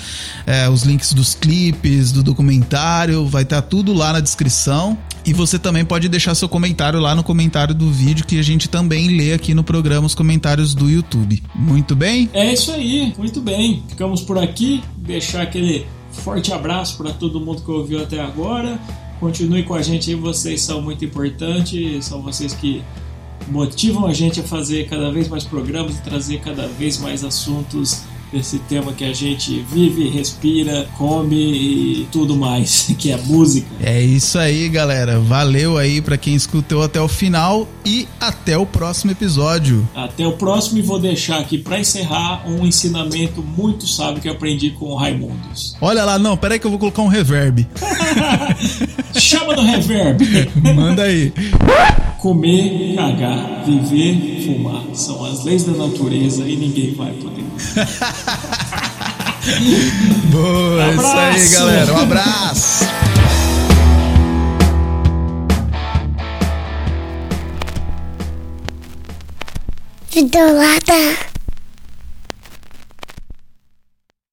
A: eh, os links dos clipes, do documentário, vai estar tudo lá na descrição. E você também pode deixar seu comentário lá no comentário do vídeo que a gente também lê aqui no programa os comentários do YouTube. Muito bem?
B: É isso aí, muito bem. Ficamos por aqui. Deixar aquele forte abraço para todo mundo que ouviu até agora. Continue com a gente aí, vocês são muito importantes, são vocês que motivam a gente a fazer cada vez mais programas e trazer cada vez mais assuntos desse tema que a gente vive, respira, come e tudo mais, que é música.
A: É isso aí, galera. Valeu aí pra quem escutou até o final e até o próximo episódio.
B: Até o próximo e vou deixar aqui para encerrar um ensinamento muito sábio que eu aprendi com o Raimundos.
A: Olha lá, não, peraí que eu vou colocar um reverb.
B: Chama no reverb!
A: Manda aí.
B: Comer, cagar, viver, fumar são as leis da natureza e ninguém vai poder.
A: Boa, é isso aí,
B: Abraço.
A: galera. Um abraço.
G: Vidolada.